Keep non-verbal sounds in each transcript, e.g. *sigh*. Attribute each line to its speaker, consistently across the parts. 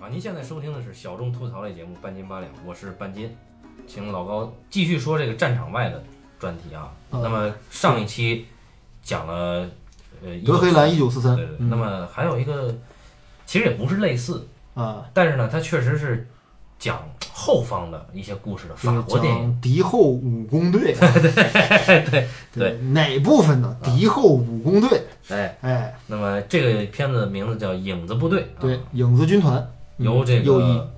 Speaker 1: 啊，您现在收听的是小众吐槽类节目《半斤八两》，我是半斤，请老高继续说这个战场外的专题啊。
Speaker 2: 嗯
Speaker 1: 那么上一期讲了呃
Speaker 2: 德黑兰一九四
Speaker 1: 对
Speaker 2: 三
Speaker 1: 对对，
Speaker 2: 嗯
Speaker 1: 那么还有一个其实也不是类似，
Speaker 2: 啊，
Speaker 1: 但是呢，它确实是讲后方的一些故事的
Speaker 2: 就
Speaker 1: 法
Speaker 2: 是
Speaker 1: 国电影。
Speaker 2: 讲敌后武
Speaker 1: *laughs*
Speaker 2: 工队，啊
Speaker 1: 对啊对，
Speaker 2: 哪部分呢？敌后武工队，
Speaker 1: 哎，
Speaker 2: 哎，
Speaker 1: 那么这个片子的名字叫《影子部队》，
Speaker 2: 对
Speaker 1: 啊，，
Speaker 2: 影子军团，嗯
Speaker 1: 由这
Speaker 2: 右翼
Speaker 1: 个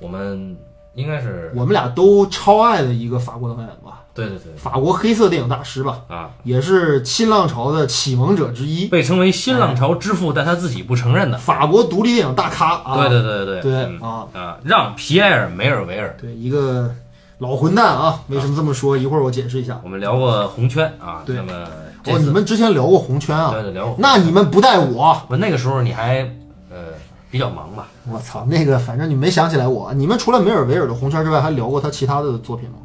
Speaker 1: 我们应该是
Speaker 2: 我们俩都超爱的一个法国导演吧，
Speaker 1: 对对对
Speaker 2: 法国黑色电影大师吧，
Speaker 1: 啊，
Speaker 2: 也是新浪潮的启蒙者之一，
Speaker 1: 被称为新浪潮之父，但他自己不承认的。
Speaker 2: 法国独立电影大咖啊，
Speaker 1: 对对对对
Speaker 2: 对
Speaker 1: 嗯
Speaker 2: 啊，
Speaker 1: 啊，让皮埃尔·梅尔维尔，
Speaker 2: 对一个老混蛋啊，为什么这么说？一会儿我解释一下。
Speaker 1: 我们聊过红圈啊，
Speaker 2: 对
Speaker 1: 那么这
Speaker 2: 哦，
Speaker 1: 次
Speaker 2: 你们之前聊过红圈啊
Speaker 1: 对，对聊过红圈，
Speaker 2: 那你们不带我，
Speaker 1: 我那个时候你还呃比较忙吧？
Speaker 2: 我操，那个反正你没想起来我。你们除了梅尔维尔的红圈之外，还聊过他其他的作品吗？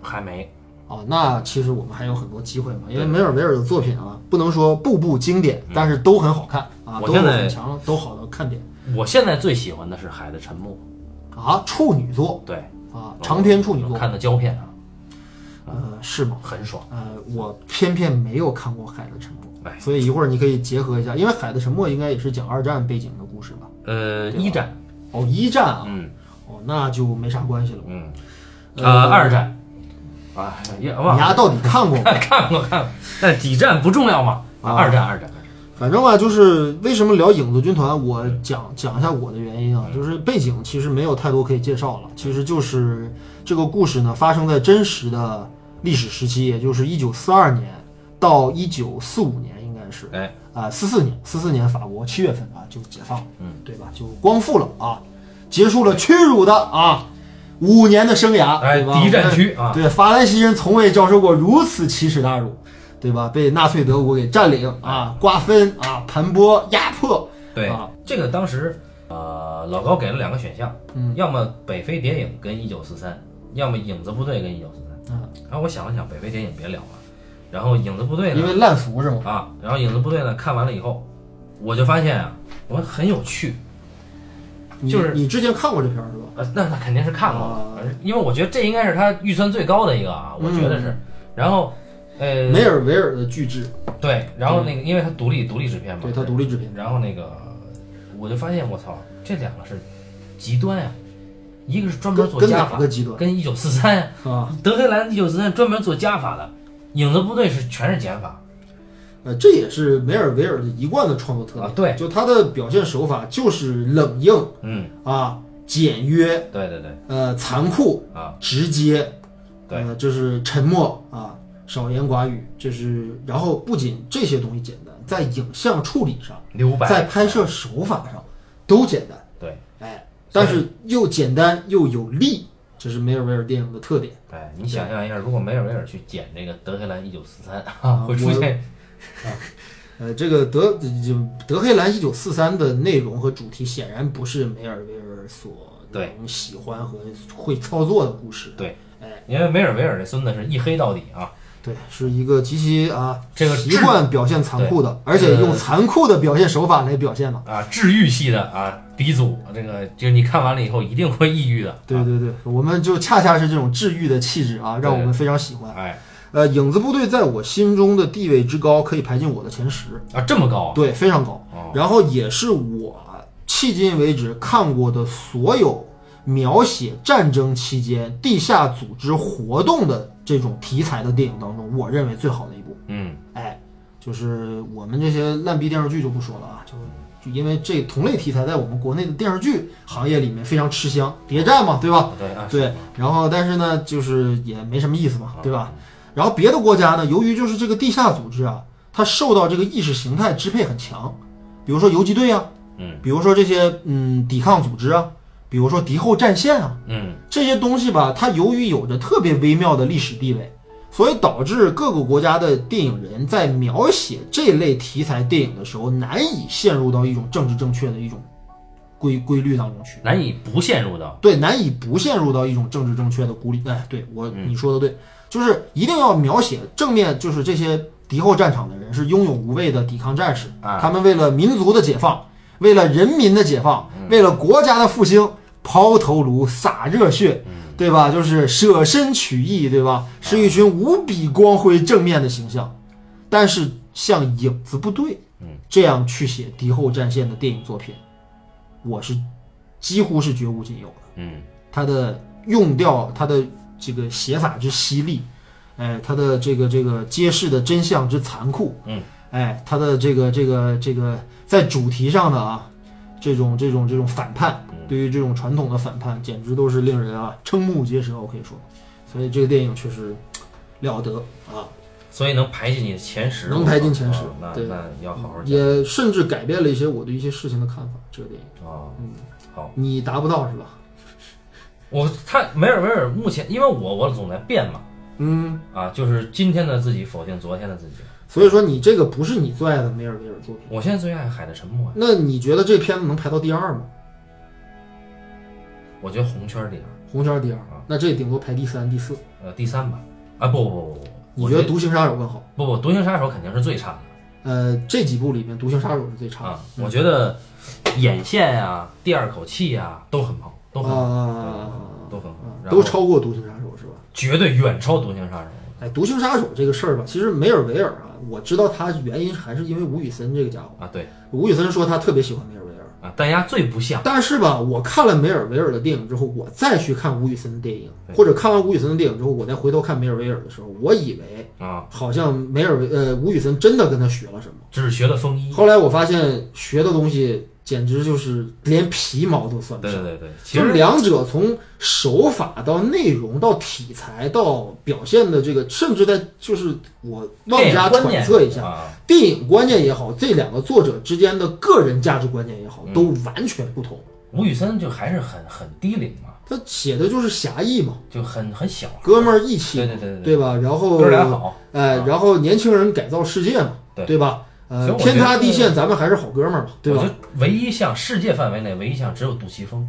Speaker 1: 还没
Speaker 2: 哦，那其实我们还有很多机会嘛，因为
Speaker 1: 对嗯
Speaker 2: 梅尔维尔的作品啊，不能说步步经典，但是都很好看啊，
Speaker 1: 我
Speaker 2: 都有
Speaker 1: 现在
Speaker 2: 很强，都好的看点
Speaker 1: 我现在最喜欢的是《海的沉默
Speaker 2: 啊。处女作》，
Speaker 1: 对，
Speaker 2: 啊，长篇处女
Speaker 1: 我
Speaker 2: 作，
Speaker 1: 看的胶片啊，
Speaker 2: 呃，是吗？
Speaker 1: 很爽。
Speaker 2: 呃，我偏偏没有看过《海的沉默
Speaker 1: 哎》，
Speaker 2: 所以一会儿你可以结合一下，因为《海的沉默》应该也是讲二战背景的故事吧？
Speaker 1: 呃，一战，
Speaker 2: 哦，一战啊，
Speaker 1: 嗯
Speaker 2: 哦，那就没啥关系了。
Speaker 1: 嗯，
Speaker 2: 呃
Speaker 1: 呃，二战啊，也忘
Speaker 2: 你
Speaker 1: 了
Speaker 2: 丫到底看过吗？
Speaker 1: 看过看过，但几战不重要嘛。
Speaker 2: 啊
Speaker 1: 二战，二战，
Speaker 2: 反正吧，就是为什么聊影子军团，我讲讲一下我的原因啊，就是背景其实没有太多可以介绍了，其实就是这个故事呢发生在真实的历史时期，也就是一九四二年到一九四五年，应该是
Speaker 1: 哎，
Speaker 2: 啊四四年，四四年法国七月份啊就解放，
Speaker 1: 嗯，
Speaker 2: 对吧？就光复了啊，结束了屈辱的啊五年的生涯，
Speaker 1: 哎
Speaker 2: 对吧
Speaker 1: 敌占区啊
Speaker 2: 对，法兰西人从未遭受过如此奇耻大辱。对吧？被纳粹德国给占领
Speaker 1: 哎
Speaker 2: 啊，瓜分啊，盘剥、压迫，
Speaker 1: 对
Speaker 2: 啊，
Speaker 1: 这个当时呃，老高给了两个选项，
Speaker 2: 嗯
Speaker 1: 要么北非谍影跟一九四三，要么影子部队跟一九四三。
Speaker 2: 嗯，
Speaker 1: 然后我想了想，北非谍影别聊了，然后影子部队
Speaker 2: 因
Speaker 1: 呢
Speaker 2: 为烂俗是吗？
Speaker 1: 啊，然后影子部队呢看完了以后，我就发现啊，我很有趣，
Speaker 2: 你
Speaker 1: 就是
Speaker 2: 你之前看过这片儿是吧？
Speaker 1: 呃，那那肯定是看过
Speaker 2: 啊
Speaker 1: 的，因为我觉得这应该是他预算最高的一个啊，我觉得
Speaker 2: 嗯
Speaker 1: 是。然后，呃，
Speaker 2: 梅尔维尔的巨制，
Speaker 1: 对，然后那个，因为他独立独立制片嘛，
Speaker 2: 嗯对他独立制片，
Speaker 1: 然后那个，我就发现我操，这两个是极端呀、一个是专门
Speaker 2: 跟
Speaker 1: 做
Speaker 2: 跟
Speaker 1: 加
Speaker 2: 哪
Speaker 1: 法，
Speaker 2: 个极端
Speaker 1: 跟一九四三，
Speaker 2: 啊？
Speaker 1: 德黑兰一九四三专门做加法的，影子部队是全是减法，
Speaker 2: 呃，这也是梅尔维尔的一贯的创作特点，
Speaker 1: 啊对
Speaker 2: 就他的表现手法就是冷硬
Speaker 1: 嗯，
Speaker 2: 啊，简约，
Speaker 1: 对对对，
Speaker 2: 呃，残酷，
Speaker 1: 啊，
Speaker 2: 直接，
Speaker 1: 对
Speaker 2: 呃，就是沉默啊，少言寡语，这是，然后不仅这些东西简单，在影像处理上，
Speaker 1: 留白，
Speaker 2: 在拍摄手法上都简单，
Speaker 1: 对，
Speaker 2: 哎，但是又简单又有力，这是梅尔维尔电影的特点。
Speaker 1: 哎，你想象一下，如果梅尔维尔去剪这个德黑兰一九四三，啊
Speaker 2: 啊
Speaker 1: 会出现
Speaker 2: 呃，这个德就德黑兰一九四三的内容和主题显然不是梅尔维尔所
Speaker 1: 对
Speaker 2: 能喜欢和会操作的故事，
Speaker 1: 对
Speaker 2: 哎，
Speaker 1: 因为梅尔维尔这孙子是一黑到底啊，
Speaker 2: 对，是一个极其啊
Speaker 1: 这个
Speaker 2: 习惯表现残酷的，
Speaker 1: 对
Speaker 2: 而且用
Speaker 1: 呃
Speaker 2: 残酷的表现手法来表现的。
Speaker 1: 啊，治愈系的啊鼻祖，这个就是你看完了以后一定会抑郁的，
Speaker 2: 对
Speaker 1: 啊，
Speaker 2: 对对，我们就恰恰是这种治愈的气质啊，让我们非常喜欢。
Speaker 1: 哎
Speaker 2: 呃，影子部队在我心中的地位之高，可以排进我的前十。
Speaker 1: 啊这么高啊，
Speaker 2: 对，非常高
Speaker 1: 哦。
Speaker 2: 然后也是我迄今为止看过的所有描写战争期间地下组织活动的这种题材的电影当中，我认为最好的一部。
Speaker 1: 嗯，
Speaker 2: 哎，就是我们这些烂逼电视剧就不说了啊，就
Speaker 1: 嗯
Speaker 2: 就因为这同类题材在我们国内的电视剧行业里面非常吃香，谍战嘛，对吧？
Speaker 1: 对啊，是
Speaker 2: 对，然后但是呢，就是也没什么意思嘛
Speaker 1: 啊，
Speaker 2: 对吧？然后别的国家呢，由于就是这个地下组织啊，它受到这个意识形态支配很强，比如说游击队啊，
Speaker 1: 嗯
Speaker 2: 比如说这些嗯抵抗组织啊，比如说敌后战线啊，
Speaker 1: 嗯，
Speaker 2: 这些东西吧，它由于有着特别微妙的历史地位，所以导致各个国家的电影人在描写这类题材电影的时候，难以陷入到一种政治正确的一种规规律当中去。
Speaker 1: 难以不陷入到
Speaker 2: 对，难以不陷入到一种政治正确的孤立。哎，对我，
Speaker 1: 嗯
Speaker 2: 你说的对，就是一定要描写正面，就是这些敌后战场的人是英勇无畏的抵抗战士，
Speaker 1: 啊
Speaker 2: 他们为了民族的解放，为了人民的解放，
Speaker 1: 嗯
Speaker 2: 为了国家的复兴，抛头颅洒热血，
Speaker 1: 嗯
Speaker 2: 对吧？就是舍身取义，对吧？是一群无比光辉正面的形象。但是像影子部队
Speaker 1: 嗯
Speaker 2: 这样去写敌后战线的电影作品，我是几乎是绝无仅有的。
Speaker 1: 嗯
Speaker 2: 它的用调、它的这个写法之犀利，哎，它的这个这个揭示的真相之残酷，
Speaker 1: 嗯，
Speaker 2: 哎，它的这个这个这个在主题上的啊，这种这种这种反叛，
Speaker 1: 嗯
Speaker 2: 对于这种传统的反叛，简直都是令人啊瞠目结舌，我可以说，所以这个电影确实了得啊，
Speaker 1: 所以能排进你的前十，
Speaker 2: 能排进前十
Speaker 1: 哦那
Speaker 2: 对
Speaker 1: 那要好好讲
Speaker 2: 也甚至改变了一些我对一些事情的看法。这个电影
Speaker 1: 哦。
Speaker 2: 嗯你达不到是吧？
Speaker 1: 我他梅尔维尔目前，因为我我总在变嘛，
Speaker 2: 嗯，
Speaker 1: 啊，就是今天的自己否定昨天的自己。
Speaker 2: 所以说你这个不是你最爱的梅尔维尔作品。
Speaker 1: 我现在最爱《海的沉默》呀，
Speaker 2: 那你觉得这片子能排到第二吗？
Speaker 1: 我觉得红圈里边，
Speaker 2: 红圈第二
Speaker 1: 啊，
Speaker 2: 那这顶多排第三、第四。
Speaker 1: 呃，第三吧。啊，不不不不不，
Speaker 2: 你
Speaker 1: 我
Speaker 2: 觉
Speaker 1: 觉
Speaker 2: 得《独行杀手》更好？
Speaker 1: 不不，《独行杀手》肯定是最差
Speaker 2: 呃，这几部里面，《独行杀手》是最
Speaker 1: 的
Speaker 2: 差嗯的
Speaker 1: 啊。。我觉得眼线呀、第二口气呀、都很好，都很好，
Speaker 2: 啊，
Speaker 1: 都很好，然后
Speaker 2: 都超过《独行杀手》是吧？
Speaker 1: 绝对远超《独行杀手》。
Speaker 2: 哎，《独行杀手》这个事儿吧，其实梅尔维尔啊，我知道他原因还是因为吴宇森这个家伙。
Speaker 1: 啊，对
Speaker 2: 吴宇森说他特别喜欢梅尔维尔，
Speaker 1: 啊，大家最不像，
Speaker 2: 但是吧，我看了梅尔维尔的电影之后，我再去看吴宇森的电影，
Speaker 1: 对
Speaker 2: 或者看完吴宇森的电影之后，我再回头看梅尔维尔的时候，我以为
Speaker 1: 啊，
Speaker 2: 好像梅尔维呃吴宇森真的跟他学了什么。
Speaker 1: 只是学了风衣。
Speaker 2: 后来我发现学的东西简直就是连皮毛都算不
Speaker 1: 对
Speaker 2: 上。
Speaker 1: 对对对，其
Speaker 2: 就是
Speaker 1: 实
Speaker 2: 两者从手法到内容到题材到表现的这个，甚至在就是我妄
Speaker 1: 电影
Speaker 2: 加
Speaker 1: 观念
Speaker 2: 揣测一下，
Speaker 1: 啊，
Speaker 2: 电影观念也好，这两个作者之间的个人价值观念也
Speaker 1: 嗯
Speaker 2: 好，都完全不同。
Speaker 1: 吴宇森就还是很很低龄嘛，
Speaker 2: 他写的就是侠义嘛，
Speaker 1: 就很很小，
Speaker 2: 哥们儿义气
Speaker 1: 对
Speaker 2: 嘛，
Speaker 1: 对对对
Speaker 2: 对吧？然后
Speaker 1: 对，哥俩好，啊
Speaker 2: 哎，然后年轻人改造世界嘛，
Speaker 1: 对
Speaker 2: 吧？
Speaker 1: 所以
Speaker 2: 呃，
Speaker 1: 我觉
Speaker 2: 天
Speaker 1: 得嗯
Speaker 2: 塌地陷，咱们还是好哥们儿嘛，对吧
Speaker 1: 我？觉得唯一像世界范围内唯一像只有杜琪峰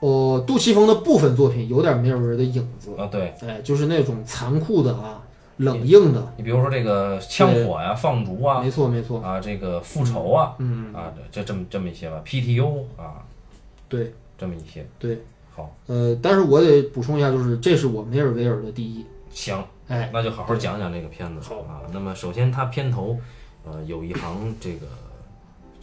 Speaker 2: 哦，杜琪峰的部分作品有点梅尔维尔的影子，
Speaker 1: 啊，对
Speaker 2: 哎，就是那种残酷的啊，冷硬的，
Speaker 1: 你比如说这个枪火呀、放逐啊
Speaker 2: 没错没错，
Speaker 1: 啊，这个复仇啊
Speaker 2: 嗯，
Speaker 1: 啊，这这么这么一些吧，PTU 啊，
Speaker 2: 对
Speaker 1: 这么一些
Speaker 2: 对，
Speaker 1: 好
Speaker 2: 呃，但是我得补充一下，就是这是我梅尔维尔的第一，
Speaker 1: 行，
Speaker 2: 哎，
Speaker 1: 那就好好讲讲这个片子
Speaker 2: 好
Speaker 1: 啊。那么首先它片头呃有一行这个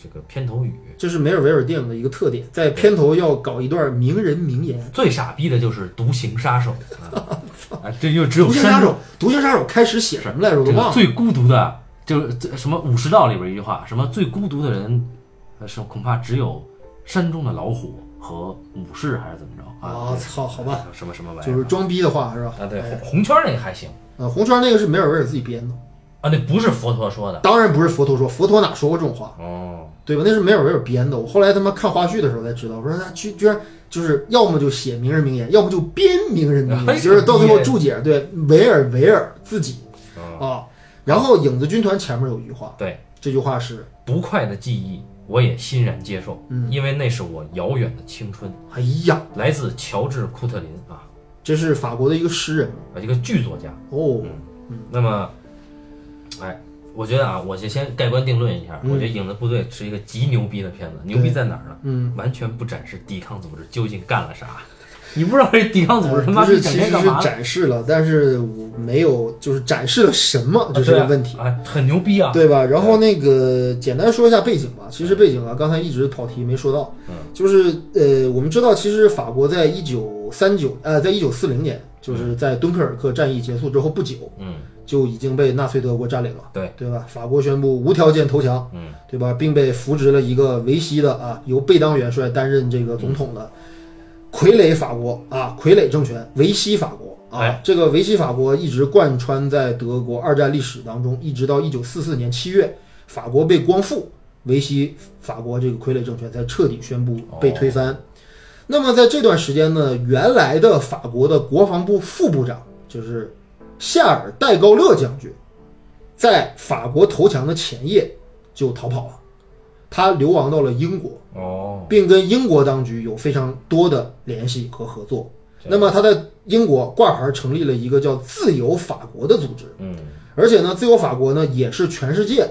Speaker 1: 这个片头语，
Speaker 2: 这是梅尔维尔电影的一个特点，在片头要搞一段名人名言。
Speaker 1: 最傻逼的就是独行杀 *laughs* 手啊，啊这又只有
Speaker 2: 独行杀
Speaker 1: 山
Speaker 2: 手，独行杀手开始写什么来着？我
Speaker 1: 这个
Speaker 2: 都忘了。
Speaker 1: 最孤独的，就是这什么武士道里边一句话，什么最孤独的人，呃是恐怕只有山中的老虎和武士，还是怎么着啊？
Speaker 2: 我操，好吧，
Speaker 1: 什么什么玩意
Speaker 2: 就是
Speaker 1: 儿
Speaker 2: 装逼的话是吧？
Speaker 1: 啊？对，
Speaker 2: 哎
Speaker 1: 红红圈那个还行
Speaker 2: 呃，红圈那个是梅尔维尔自己编的，
Speaker 1: 啊，那不是佛陀说的
Speaker 2: 当然不是佛陀说，佛陀哪说过这种话？
Speaker 1: 哦，
Speaker 2: 对吧？那是梅尔维尔编的。我后来他妈看花絮的时候才知道，我说他居居然就是要么就写名人名言，要么就编名人名
Speaker 1: 哎
Speaker 2: 言，就是到最后注解对维尔维尔自己啊。然后影子军团前面有一句话，
Speaker 1: 嗯对，
Speaker 2: 这句话是
Speaker 1: 不快的记忆我也欣然接受，
Speaker 2: 嗯
Speaker 1: 因为那是我遥远的青春，
Speaker 2: 哎呀，
Speaker 1: 来自乔治库特林啊，
Speaker 2: 这是法国的一个诗人
Speaker 1: 啊一个剧作家。
Speaker 2: 哦，
Speaker 1: 那么，哎，我觉得啊，我就先盖棺定论一下，我觉得《影子部队》是一个极牛逼的片子，牛逼在哪儿呢？
Speaker 2: 嗯，
Speaker 1: 完全不展示抵抗组织究竟干了啥， *laughs* 你不知道这抵抗组织他
Speaker 2: 呃不
Speaker 1: 妈逼
Speaker 2: 是
Speaker 1: 整
Speaker 2: 其
Speaker 1: 天
Speaker 2: 实
Speaker 1: 干
Speaker 2: 是
Speaker 1: 嘛呢？
Speaker 2: 展示了，但是我没有就是展示了什么，这是
Speaker 1: 对
Speaker 2: 个
Speaker 1: 啊
Speaker 2: 问题。
Speaker 1: 啊，很牛逼啊！
Speaker 2: 对吧？然后那个简单说一下背景吧。其实背景啊，刚才一直跑题没说到，
Speaker 1: 嗯，
Speaker 2: 就是呃，我们知道，其实法国在一九三九呃，在一九四零年，就是在敦刻尔克战役结束之后不久，
Speaker 1: 嗯，
Speaker 2: 就已经被纳粹德国占领了，
Speaker 1: 对
Speaker 2: 对吧？法国宣布无条件投降，
Speaker 1: 嗯，
Speaker 2: 对吧？并被扶植了一个维希的啊，由贝当元帅担任这个总统
Speaker 1: 嗯
Speaker 2: 的傀儡法国啊，傀儡政权维希法国。啊
Speaker 1: 哎，
Speaker 2: 这个维希法国一直贯穿在德国二战历史当中，一直到一九四四年七月，法国被光复，维希法国这个傀儡政权才彻底宣布被推翻。那么在这段时间呢，原来的法国的国防部副部长就是夏尔戴高乐将军，在法国投降的前夜就逃跑了，他流亡到了英国，
Speaker 1: 哦，
Speaker 2: 并跟英国当局有非常多的联系和合作。
Speaker 1: 这
Speaker 2: 那么他在英国挂牌成立了一个叫自由法国的组织，
Speaker 1: 嗯，
Speaker 2: 而且呢，自由法国呢也是全世界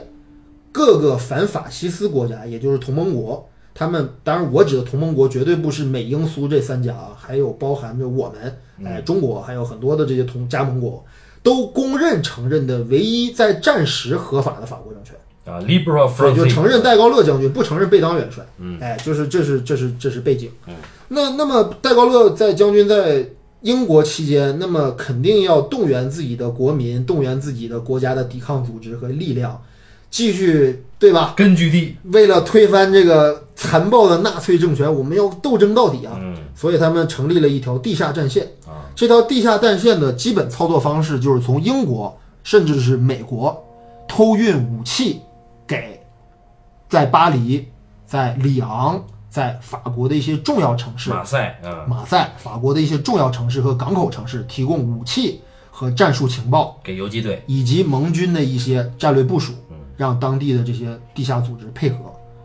Speaker 2: 各个反法西斯国家，也就是同盟国他们当然，我指的同盟国绝对不是美英苏这三家啊，还有包含着我们，哎，中国还有很多的这些同加盟国，都公认承认的唯一在战时合法的法国政权。
Speaker 1: 啊，Libra
Speaker 2: 对，哎就
Speaker 1: Francis，
Speaker 2: 承认戴高乐将军，不承认贝当元帅。
Speaker 3: 嗯，
Speaker 2: 哎，就是这是这是这是背景。
Speaker 3: 嗯，
Speaker 2: 那那么戴高乐在将军在英国期间，那么肯定要动员自己的国民，动员自己的国家的抵抗组织和力量，继续对吧？
Speaker 1: 根据地，
Speaker 2: 为了推翻这个残暴的纳粹政权，我们要斗争到底啊！
Speaker 1: 嗯
Speaker 2: 所以他们成立了一条地下战线。
Speaker 1: 啊，
Speaker 2: 这条地下战线的基本操作方式就是从英国甚至是美国偷运武器给在巴黎、在里昂、在法国的一些重要城市，
Speaker 1: 马赛，啊，
Speaker 2: 马赛、法国的一些重要城市和港口城市提供武器和战术情报，
Speaker 1: 给游击队，
Speaker 2: 以及盟军的一些战略部署
Speaker 1: 嗯，
Speaker 2: 让当地的这些地下组织配合。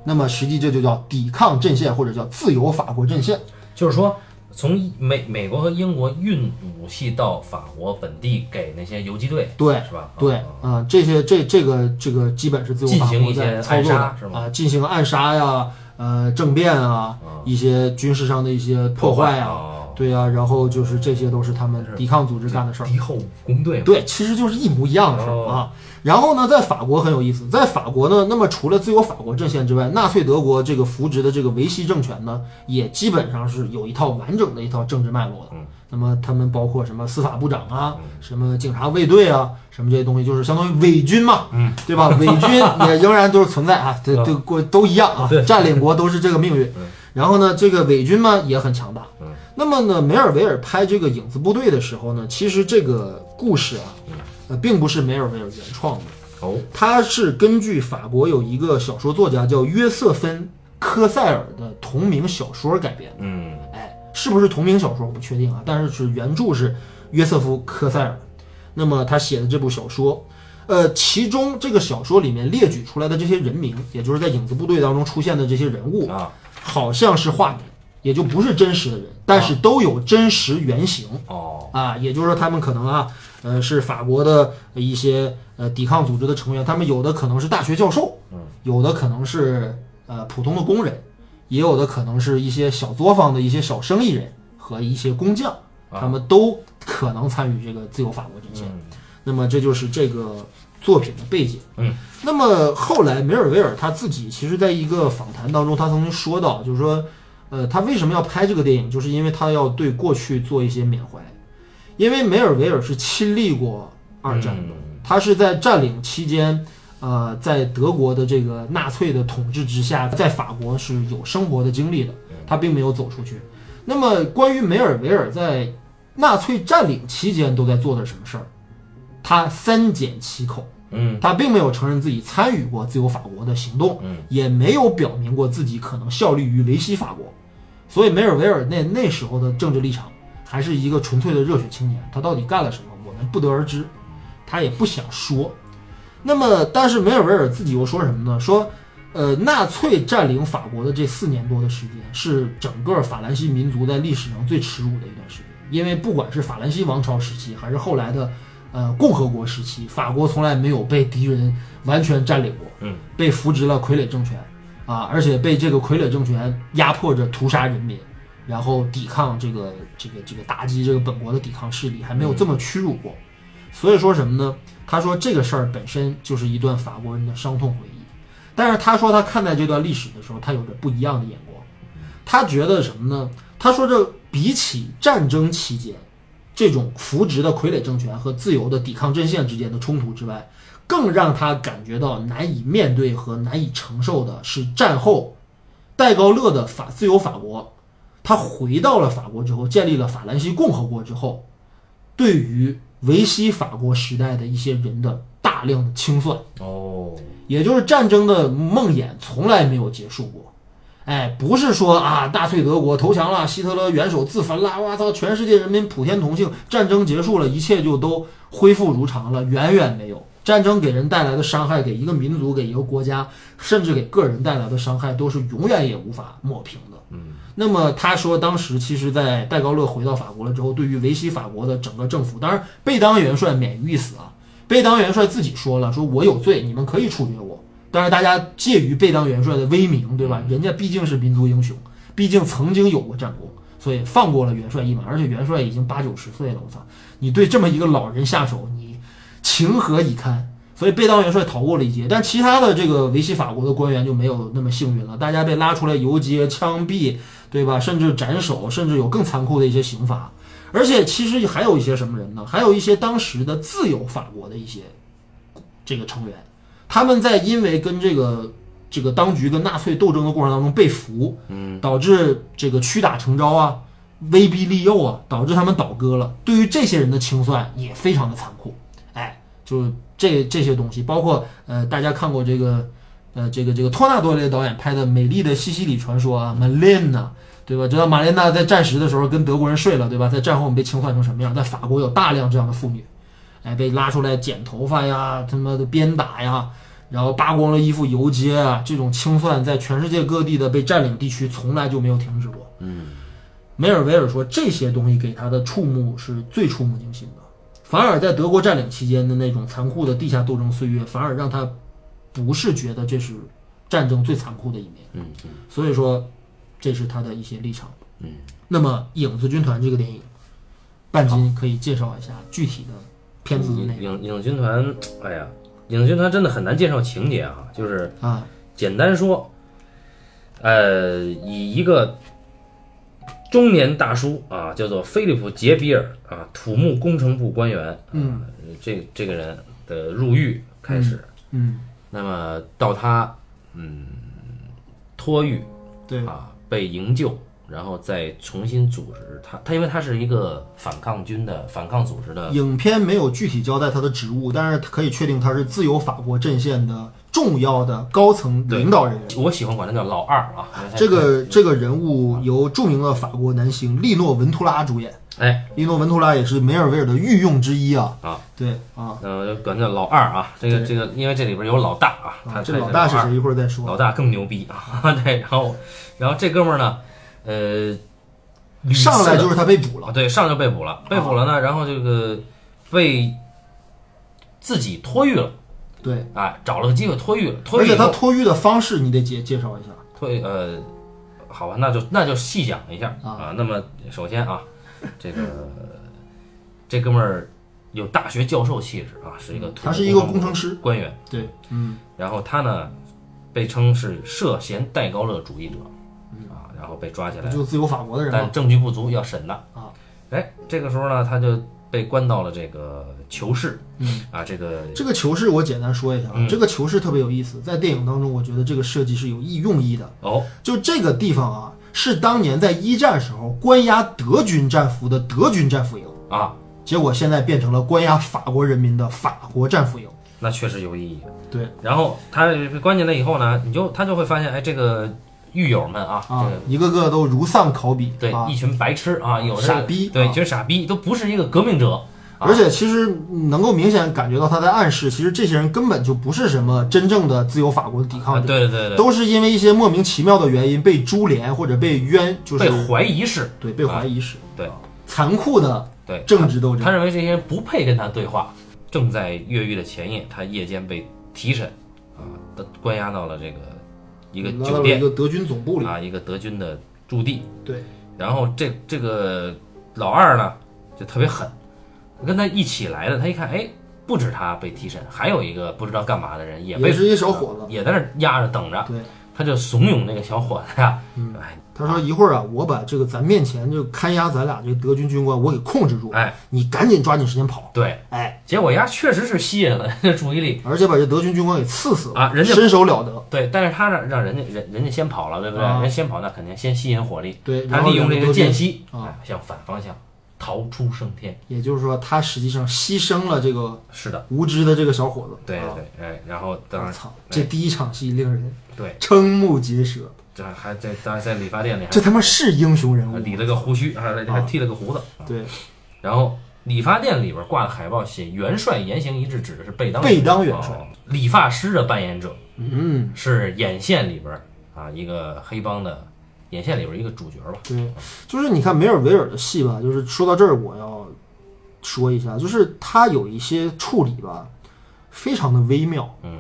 Speaker 2: 那么实际这就叫抵抗阵线，或者叫自由法国阵线。
Speaker 1: 就是说。从美美国和英国运武器到法国本地给那些游击队，
Speaker 2: 对，
Speaker 1: 是吧？啊
Speaker 2: 对，
Speaker 1: 啊
Speaker 2: 啊、这些这这个这个基本是自由
Speaker 1: 进
Speaker 2: 法
Speaker 1: 行
Speaker 2: 国
Speaker 1: 一些
Speaker 2: 在操作的
Speaker 1: 暗杀是吗
Speaker 2: 啊、进行暗杀呀，呃，政变啊，
Speaker 1: 嗯
Speaker 2: 一些军事上的一些破坏啊，
Speaker 1: 哦
Speaker 2: 对啊，然后就是这些都是他们
Speaker 1: 是
Speaker 2: 抵抗组织干的事儿。
Speaker 1: 敌后武工队嘛，
Speaker 2: 对，其实就是一模一样的事儿
Speaker 1: 哦
Speaker 2: 啊。然后呢，在法国很有意思，在法国呢，那么除了自由法国阵线之外，纳粹德国这个扶植的这个维希政权呢，也基本上是有一套完整的一套政治脉络的
Speaker 1: 嗯。
Speaker 2: 那么他们包括什么司法部长啊，什么警察卫队啊，什么这些东西，就是相当于伪军嘛，
Speaker 3: 嗯，
Speaker 2: 对
Speaker 1: *laughs*
Speaker 2: 吧？伪军也仍然都是存在啊，对
Speaker 1: 嗯
Speaker 2: 对，国都一样啊
Speaker 1: 对，
Speaker 2: 占领国都是这个命运
Speaker 1: 嗯。
Speaker 2: 然后呢，这个伪军嘛也很强大，
Speaker 1: 嗯
Speaker 2: 那么呢，梅尔维尔拍这个《影子部队》的时候呢，其实这个故事啊，呃，并不是梅尔维尔原创的，
Speaker 1: 哦，
Speaker 2: 它是根据法国有一个小说作家叫约瑟芬·科塞尔的同名小说改编的。
Speaker 1: 嗯，
Speaker 2: 哎，是不是同名小说我不确定啊，但是是原著是约瑟夫·科塞尔，那么他写的这部小说，呃，其中这个小说里面列举出来的这些人名，也就是在影子部队当中出现的这些人物
Speaker 1: 啊，
Speaker 2: 好像是化名，也就不是真实的人，但是都有真实原型。
Speaker 1: 哦，
Speaker 2: 啊，也就是说他们可能啊，呃，是法国的一些呃抵抗组织的成员，他们有的可能是大学教授，
Speaker 1: 嗯，
Speaker 2: 有的可能是呃普通的工人，也有的可能是一些小作坊的一些小生意人和一些工匠，
Speaker 1: 啊
Speaker 2: 他们都可能参与这个自由法国阵线。
Speaker 1: 嗯
Speaker 2: 那么这就是这个作品的背景。
Speaker 1: 嗯，
Speaker 2: 那么后来梅尔维尔他自己其实在一个访谈当中，他曾经说到，就是说，呃，他为什么要拍这个电影，就是因为他要对过去做一些缅怀，因为梅尔维尔是亲历过二战
Speaker 1: 嗯
Speaker 2: 的，他是在占领期间。呃，在德国的这个纳粹的统治之下，在法国是有生活的经历的，他并没有走出去。那么，关于梅尔维尔在纳粹占领期间都在做的什么事儿？他三缄其口，
Speaker 1: 嗯
Speaker 2: 他并没有承认自己参与过自由法国的行动，
Speaker 1: 嗯
Speaker 2: 也没有表明过自己可能效力于维希法国。所以梅尔维尔那那时候的政治立场还是一个纯粹的热血青年，他到底干了什么，我们不得而知，他也不想说。那么，但是梅尔维尔自己又说什么呢？说，呃，纳粹占领法国的这四年多的时间，是整个法兰西民族在历史上最耻辱的一段时间，因为不管是法兰西王朝时期，还是后来的呃共和国时期，法国从来没有被敌人完全占领过。
Speaker 1: 嗯，
Speaker 2: 被扶植了傀儡政权啊，而且被这个傀儡政权压迫着屠杀人民，然后抵抗这个这个这个打击这个本国的抵抗势力，还没有这么屈辱过。所以说什么呢？他说这个事儿本身就是一段法国人的伤痛回忆，但是他说他看待这段历史的时候，他有着不一样的眼光。他觉得什么呢？他说这比起战争期间这种扶植的傀儡政权和自由的抵抗阵线之间的冲突之外，更让他感觉到难以面对和难以承受的是战后戴高乐的法自由法国，他回到了法国之后，建立了法兰西共和国之后，对于维希法国时代的一些人的大量的清算。
Speaker 1: 哦，
Speaker 2: 也就是战争的梦魇从来没有结束过。哎，不是说啊，纳粹德国投降了，希特勒元首自焚了，哇操，全世界人民普天同庆，战争结束了，一切就都恢复如常了，远远没有。战争给人带来的伤害，给一个民族、给一个国家，甚至给个人带来的伤害，都是永远也无法抹平的。
Speaker 1: 嗯，
Speaker 2: 那么他说，当时其实，在戴高乐回到法国了之后，对于维希法国的整个政府，当然贝当元帅免于一死啊，贝当元帅自己说了，说我有罪，你们可以处决我，但是大家介于贝当元帅的威名，对吧？人家毕竟是民族英雄，毕竟曾经有过战功，所以放过了元帅一马。而且元帅已经八九十岁了，我操！你对这么一个老人下手，你情何以堪？所以贝当元帅逃过了一劫，但其他的这个维系法国的官员就没有那么幸运了，大家被拉出来游街、枪毙，对吧？甚至斩首，甚至有更残酷的一些刑罚。而且其实还有一些什么人呢？还有一些当时的自由法国的一些这个成员，他们在因为跟这个这个当局跟纳粹斗争的过程当中被俘，嗯，导致这个屈打成招啊，威逼利诱啊，导致他们倒戈了。对于这些人的清算也非常的残酷，哎，就这这些东西，包括呃，大家看过这个呃这个这个托纳多雷导演拍的《美丽的西西里传说》啊，《Malena》。对吧？知道玛莲娜在战时的时候跟德国人睡了，对吧？在战后我们被清算成什么样？在法国有大量这样的妇女，哎，被拉出来剪头发呀，他妈的鞭打呀，然后扒光了衣服游街啊，这种清算在全世界各地的被占领地区从来就没有停止过。
Speaker 1: 嗯，
Speaker 2: 梅尔维尔说，这些东西给他的触目是最触目惊心的，反而在德国占领期间的那种残酷的地下斗争岁月，反而让他不是觉得这是战争最残酷的一面。
Speaker 1: 嗯嗯
Speaker 2: 所以说，这是他的一些立场。
Speaker 1: 嗯，
Speaker 2: 那么《影子军团》这个电影，半斤可以介绍一下具体的片子的内
Speaker 1: 影影影军团，哎呀，影军团真的很难介绍情节啊，就是
Speaker 2: 容啊。
Speaker 1: 简单说，呃，以一个中年大叔啊，叫做菲利普·杰比尔啊，土木工程部官员，
Speaker 2: 嗯
Speaker 1: 呃这这个人的入狱开始，
Speaker 2: 嗯，
Speaker 1: 那么到他嗯脱狱
Speaker 2: 对，
Speaker 1: 啊，被营救，然后再重新组织他，他因为他是一个反抗军的反抗组织的，
Speaker 2: 影片没有具体交代他的职务，但是可以确定他是自由法国阵线的重要的高层领导人员。
Speaker 1: 我喜欢管他叫老二啊，因为他
Speaker 2: 这个这个人物由著名的法国男星利诺·文图拉主演，
Speaker 1: 哎，
Speaker 2: 利诺·文图拉也是梅尔维尔的御用之一啊。
Speaker 1: 啊，
Speaker 2: 对啊，
Speaker 1: 呃，我就管他叫老二啊，这个
Speaker 2: 对
Speaker 1: 这个，因为这里边有老大啊，他
Speaker 2: 啊这
Speaker 1: 他
Speaker 2: 老大是
Speaker 1: 二
Speaker 2: 谁？一会儿再
Speaker 1: 老
Speaker 2: 说。
Speaker 1: 大更牛逼啊！ *laughs* 对，然后，然后这哥们儿呢，呃，屡次
Speaker 2: 上来
Speaker 1: 地
Speaker 2: 就是他被捕
Speaker 1: 啊，
Speaker 2: 了，
Speaker 1: 对，上来就被捕了，被捕了呢，然后这个被自己脱狱了，
Speaker 2: 对，
Speaker 1: 哎，找了个机会脱狱了，脱
Speaker 2: 而
Speaker 1: 狱以
Speaker 2: 且他
Speaker 1: 后
Speaker 2: 脱狱的方式你得介介绍一下。
Speaker 1: 脱狱呃，好吧，那就那就细讲一下
Speaker 2: 啊
Speaker 1: 啊。那么首先啊，这个这哥们儿有大学教授气质啊，是一个
Speaker 2: 嗯他是一个工
Speaker 1: 程
Speaker 2: 程师，
Speaker 1: 官员，
Speaker 2: 对，嗯，
Speaker 1: 然后他呢被称是涉嫌戴高乐主义者
Speaker 2: 嗯
Speaker 1: 啊，然后被抓起来
Speaker 2: 不。就自由法国的人
Speaker 1: 但
Speaker 2: 吗？
Speaker 1: 证据不足，要审的
Speaker 2: 啊。
Speaker 1: 哎，这个时候呢，他就被关到了这个囚室，
Speaker 2: 嗯
Speaker 1: 啊，这个
Speaker 2: 这个囚室我简单说一下啊，
Speaker 1: 嗯
Speaker 2: 这个囚室特别有意思，在电影当中，我觉得这个设计是有意用意的。
Speaker 1: 哦，
Speaker 2: 就这个地方啊，是当年在一战时候关押德军战俘的德军战俘营，
Speaker 1: 啊，
Speaker 2: 结果现在变成了关押法国人民的法国战俘营。
Speaker 1: 那确实有意义。
Speaker 2: 对
Speaker 1: 然后他被关进来以后呢，你就他就会发现，哎，这个狱友们啊，
Speaker 2: 啊
Speaker 1: 这个，
Speaker 2: 一个个都如丧考妣，
Speaker 1: 对、
Speaker 2: 啊
Speaker 1: 一，群白痴啊，有这个
Speaker 2: 傻逼
Speaker 1: 对，
Speaker 2: 啊
Speaker 1: 就是傻逼，都不是一个革命者。啊
Speaker 2: 而且其实能够明显感觉到他在暗示，其实这些人根本就不是什么真正的自由法国的抵
Speaker 1: 啊，
Speaker 2: 抗者，
Speaker 1: 对对对对，
Speaker 2: 都是因为一些莫名其妙的原因被株连或者被冤，就是
Speaker 1: 被怀疑是，
Speaker 2: 对，被怀疑是，
Speaker 1: 对
Speaker 2: 残酷的
Speaker 1: 对，
Speaker 2: 政治斗争
Speaker 1: 他认为这些人不配跟他对话。正在越狱的前夜，他夜间被提审，啊，他关押到了这个一个
Speaker 2: 拉到
Speaker 1: 酒
Speaker 2: 了
Speaker 1: 店
Speaker 2: 一。个德军总部里，
Speaker 1: 啊，一个德军的驻地。
Speaker 2: 对，
Speaker 1: 然后这这个老二呢就特别狠，跟他一起来的，他一看，哎，不止他被提审，还有一个不知道干嘛的人也被啊
Speaker 2: 也是一小伙子
Speaker 1: 也在那儿压着等着，
Speaker 2: 对，嗯
Speaker 1: 他就怂恿那个小伙子呀，哎
Speaker 2: 他说一会儿啊，我把这个咱面前就看押咱俩这个德军军官，我给控制住，
Speaker 1: 哎，
Speaker 2: 你赶紧抓紧时间跑，
Speaker 1: 对，
Speaker 2: 哎，
Speaker 1: 结果丫确实是吸引了 *laughs* 人家注意力，
Speaker 2: 而且把这德军军官给刺死了
Speaker 1: 啊人家
Speaker 2: 身手了得，
Speaker 1: 对，但是他让让人家人人家先跑了，对不对？
Speaker 2: 啊
Speaker 1: 人先跑那肯定先吸引火力，
Speaker 2: 对，
Speaker 1: 他
Speaker 2: 然后
Speaker 1: 利用这
Speaker 2: 人家
Speaker 1: 个
Speaker 2: 德军
Speaker 1: 间，隙
Speaker 2: 啊
Speaker 1: 哎向反方向逃出升天，
Speaker 2: 也就是说他实际上牺牲了这个
Speaker 1: 是的，
Speaker 2: 无知的这个小伙子，
Speaker 1: 对
Speaker 2: 啊
Speaker 1: 对，哎，然后当
Speaker 2: 我
Speaker 1: 然哎
Speaker 2: 操，这第一场戏令人
Speaker 1: 对。
Speaker 2: 瞠目结舌，
Speaker 1: 这还在在在理发店里
Speaker 2: 这
Speaker 1: 还
Speaker 2: 他妈是英雄人物
Speaker 1: 还
Speaker 2: 吗，
Speaker 1: 理了个胡须，还还
Speaker 2: 啊
Speaker 1: 剃了个胡子。
Speaker 2: 对，
Speaker 1: 然后理发店里边挂的海报写“元帅言行一致”，指的是贝当
Speaker 2: 贝当元帅
Speaker 1: 哦理发师的扮演者
Speaker 2: 嗯，
Speaker 1: 是眼线里边啊一个黑帮的眼线里边一个主角吧。
Speaker 2: 对，就是你看梅尔维尔的戏吧，就是说到这儿，我要说一下，就是他有一些处理吧，非常的微妙，
Speaker 1: 嗯，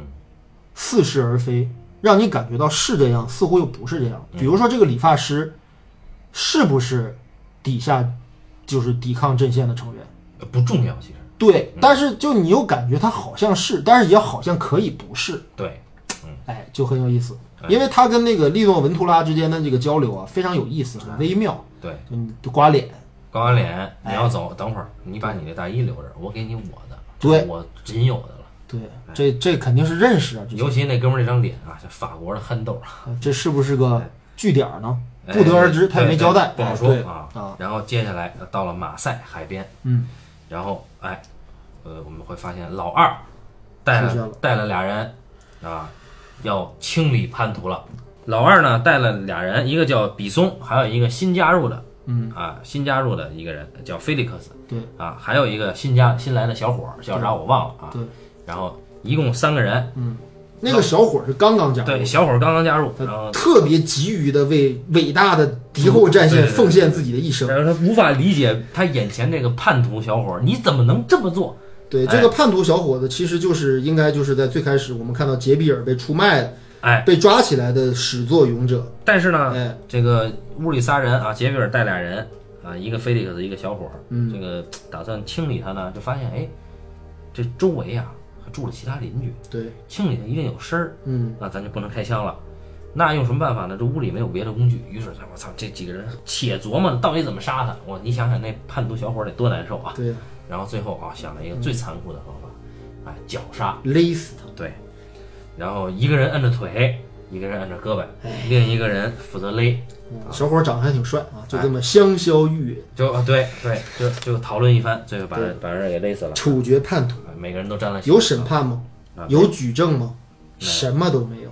Speaker 2: 似是而非，让你感觉到是这样，似乎又不是这样。
Speaker 1: 嗯
Speaker 2: 比如说这个理发师，是不是底下就是抵抗阵线的成员？
Speaker 1: 呃不重要，其实
Speaker 2: 对，
Speaker 1: 嗯
Speaker 2: 但是就你又感觉他好像是，但是也好像可以不是，
Speaker 1: 对，
Speaker 2: 哎，就很有意思。
Speaker 1: 哎
Speaker 2: 因为他跟那个利诺文图拉之间的这个交流啊，非常有意思，很微妙。
Speaker 1: 对，
Speaker 2: 就你刮脸，
Speaker 1: 刮完脸你
Speaker 2: 哎
Speaker 1: 要走，等会儿你把你的大衣留着，我给你我的，
Speaker 2: 对
Speaker 1: 我仅有的了。
Speaker 2: 对，
Speaker 1: 哎
Speaker 2: 这这肯定是认识啊，这
Speaker 1: 尤其那哥们儿这张脸啊，这法国的憨豆啊，
Speaker 2: 这是不是个据点儿呢？
Speaker 1: 哎
Speaker 2: 不得而知，他也没交代，
Speaker 1: 对不好
Speaker 2: 哎
Speaker 1: 说
Speaker 2: 对
Speaker 1: 啊
Speaker 2: 啊。
Speaker 1: 然后接下来呃到了马赛海边，
Speaker 2: 嗯，
Speaker 1: 然后哎，呃，我们会发现老二带
Speaker 2: 出现
Speaker 1: 了
Speaker 2: 了
Speaker 1: 带了俩人啊，要清理叛徒了。老二呢带了俩人，一个叫比松，还有一个新加入的，
Speaker 2: 嗯
Speaker 1: 啊，新加入的一个人叫菲利克斯，
Speaker 2: 对
Speaker 1: 啊，还有一个新加新来的小伙儿叫啥我忘了啊。
Speaker 2: 对，
Speaker 1: 然后一共三个人，
Speaker 2: 那个小伙儿是刚刚加入，
Speaker 1: 对，小伙儿刚刚加入，然后
Speaker 2: 他特别急于的为伟大的敌后战
Speaker 1: 对
Speaker 2: 线
Speaker 1: 对对
Speaker 2: 奉献自己的一生。
Speaker 1: 然后他无法理解他眼前这个叛徒小伙儿，你怎么能这么做？
Speaker 2: 对这个叛徒小伙子，其实就是应该就是在最开始我们看到杰比尔被出卖的、
Speaker 1: 哎，
Speaker 2: 被抓起来的始作俑者。
Speaker 1: 但是呢，
Speaker 2: 哎，
Speaker 1: 这个屋里仨人啊，杰比尔带俩人啊，一个菲利克斯，一个小伙儿，
Speaker 2: 嗯
Speaker 1: 这个打算清理他呢，就发现哎，这周围啊还住了其他邻居，
Speaker 2: 对，
Speaker 1: 清理他一定有声儿，
Speaker 2: 嗯，
Speaker 1: 那咱就不能开枪了。那用什么办法呢？这屋里没有别的工具，于是我操，这几个人且琢磨到底怎么杀他。我你想想那叛徒小伙儿得多难受啊！
Speaker 2: 对，
Speaker 1: 然后最后啊想了一个最残酷的方法，哎，绞杀。
Speaker 2: 勒死他。
Speaker 1: 对，然后一个人摁着腿，一个人摁着胳膊，
Speaker 2: 哎
Speaker 1: 另一个人负责勒。
Speaker 2: 嗯小伙儿长得还挺帅啊，就这么香消玉殒，
Speaker 1: 就啊，对对，就就讨论一番，最后把
Speaker 2: 对
Speaker 1: 把人给勒死了。
Speaker 2: 处决叛徒。
Speaker 1: 啊每个人都沾了血
Speaker 2: 有审判吗？
Speaker 1: 啊
Speaker 2: 有举证吗？
Speaker 1: 没有
Speaker 2: 什么都没有。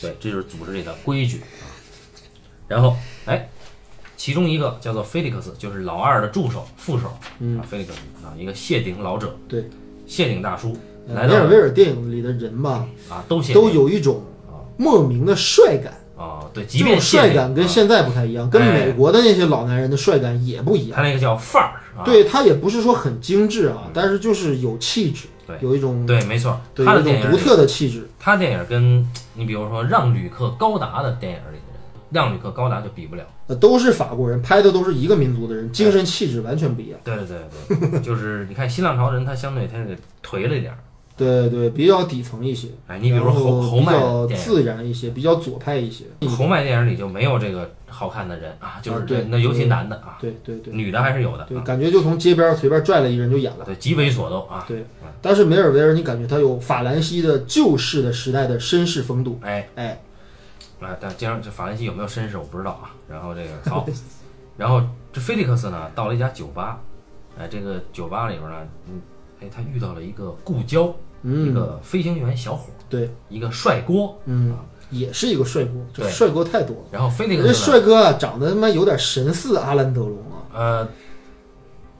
Speaker 1: 对，这就是组织里的规矩啊。然后，哎，其中一个叫做菲利克斯，就是老二的助手、副手、
Speaker 2: 嗯
Speaker 1: 啊，菲利克斯啊，一个谢顶老者，
Speaker 2: 对，
Speaker 1: 谢顶大叔
Speaker 2: 梅
Speaker 1: 来到
Speaker 2: 嗯尔维尔电影里的人吧，
Speaker 1: 啊，都谢顶
Speaker 2: 都有一种莫名的帅感。
Speaker 1: 啊，对，
Speaker 2: 这
Speaker 1: 即
Speaker 2: 种
Speaker 1: 便谢
Speaker 2: 帅
Speaker 1: 顶
Speaker 2: 感跟
Speaker 1: 啊
Speaker 2: 现在不太一样，跟
Speaker 1: 哎
Speaker 2: 美国的那些老男人的帅感也不一样。
Speaker 1: 他那个叫范儿啊，嗯
Speaker 2: 对他也不是说很精致啊，但是就是有气质
Speaker 1: 对，
Speaker 2: 有一种
Speaker 1: 对，没错，
Speaker 2: 对
Speaker 1: 他的
Speaker 2: 有一
Speaker 1: 电
Speaker 2: 种
Speaker 1: 影
Speaker 2: 独
Speaker 1: 里
Speaker 2: 特的气质。
Speaker 1: 他电影跟你比如说《让旅客高达》的电影里的人，《让旅客高达》就比不了。
Speaker 2: 呃，都是法国人，拍的都是一个民族的人，精神气质完全不一样。
Speaker 1: 对对对对， *laughs* 就是你看新浪潮人，他相对他这个颓了一点儿。
Speaker 2: 对对，比较底层一些。
Speaker 1: 哎，你比如说
Speaker 2: 然后
Speaker 1: 侯侯
Speaker 2: 比
Speaker 1: 麦嗯
Speaker 2: 较
Speaker 1: 的电
Speaker 2: 自然一些，比较左派一些。
Speaker 1: 影，侯麦电影里就没有这个好看的人啊，就是
Speaker 2: 啊对
Speaker 1: 这那尤其男的啊，
Speaker 2: 对对对
Speaker 1: 女的还是有的
Speaker 2: 对，
Speaker 1: 啊，
Speaker 2: 感觉就从街边随便拽了一人就演了。
Speaker 1: 对，极为所都啊。
Speaker 2: 对，但是梅尔维尔，你感觉他有法兰西的旧式的时代的绅士风度。
Speaker 1: 哎
Speaker 2: 哎，
Speaker 1: 哎，但加上这法兰西有没有绅士我不知道啊。然后这个
Speaker 2: *laughs*
Speaker 1: 好，然后这菲利克斯呢到了一家酒吧，哎，这个酒吧里边呢，嗯，哎，他遇到了一个故交，一
Speaker 2: 嗯，
Speaker 1: 个飞行员小伙，
Speaker 2: 对，
Speaker 1: 一个帅哥，
Speaker 2: 嗯，也是一个帅哥，这
Speaker 1: 对
Speaker 2: 帅哥太多了。
Speaker 1: 然后菲利克
Speaker 2: 人家
Speaker 1: 斯呢，
Speaker 2: 帅哥啊，长得他妈有点神似阿兰德龙啊，
Speaker 1: 呃，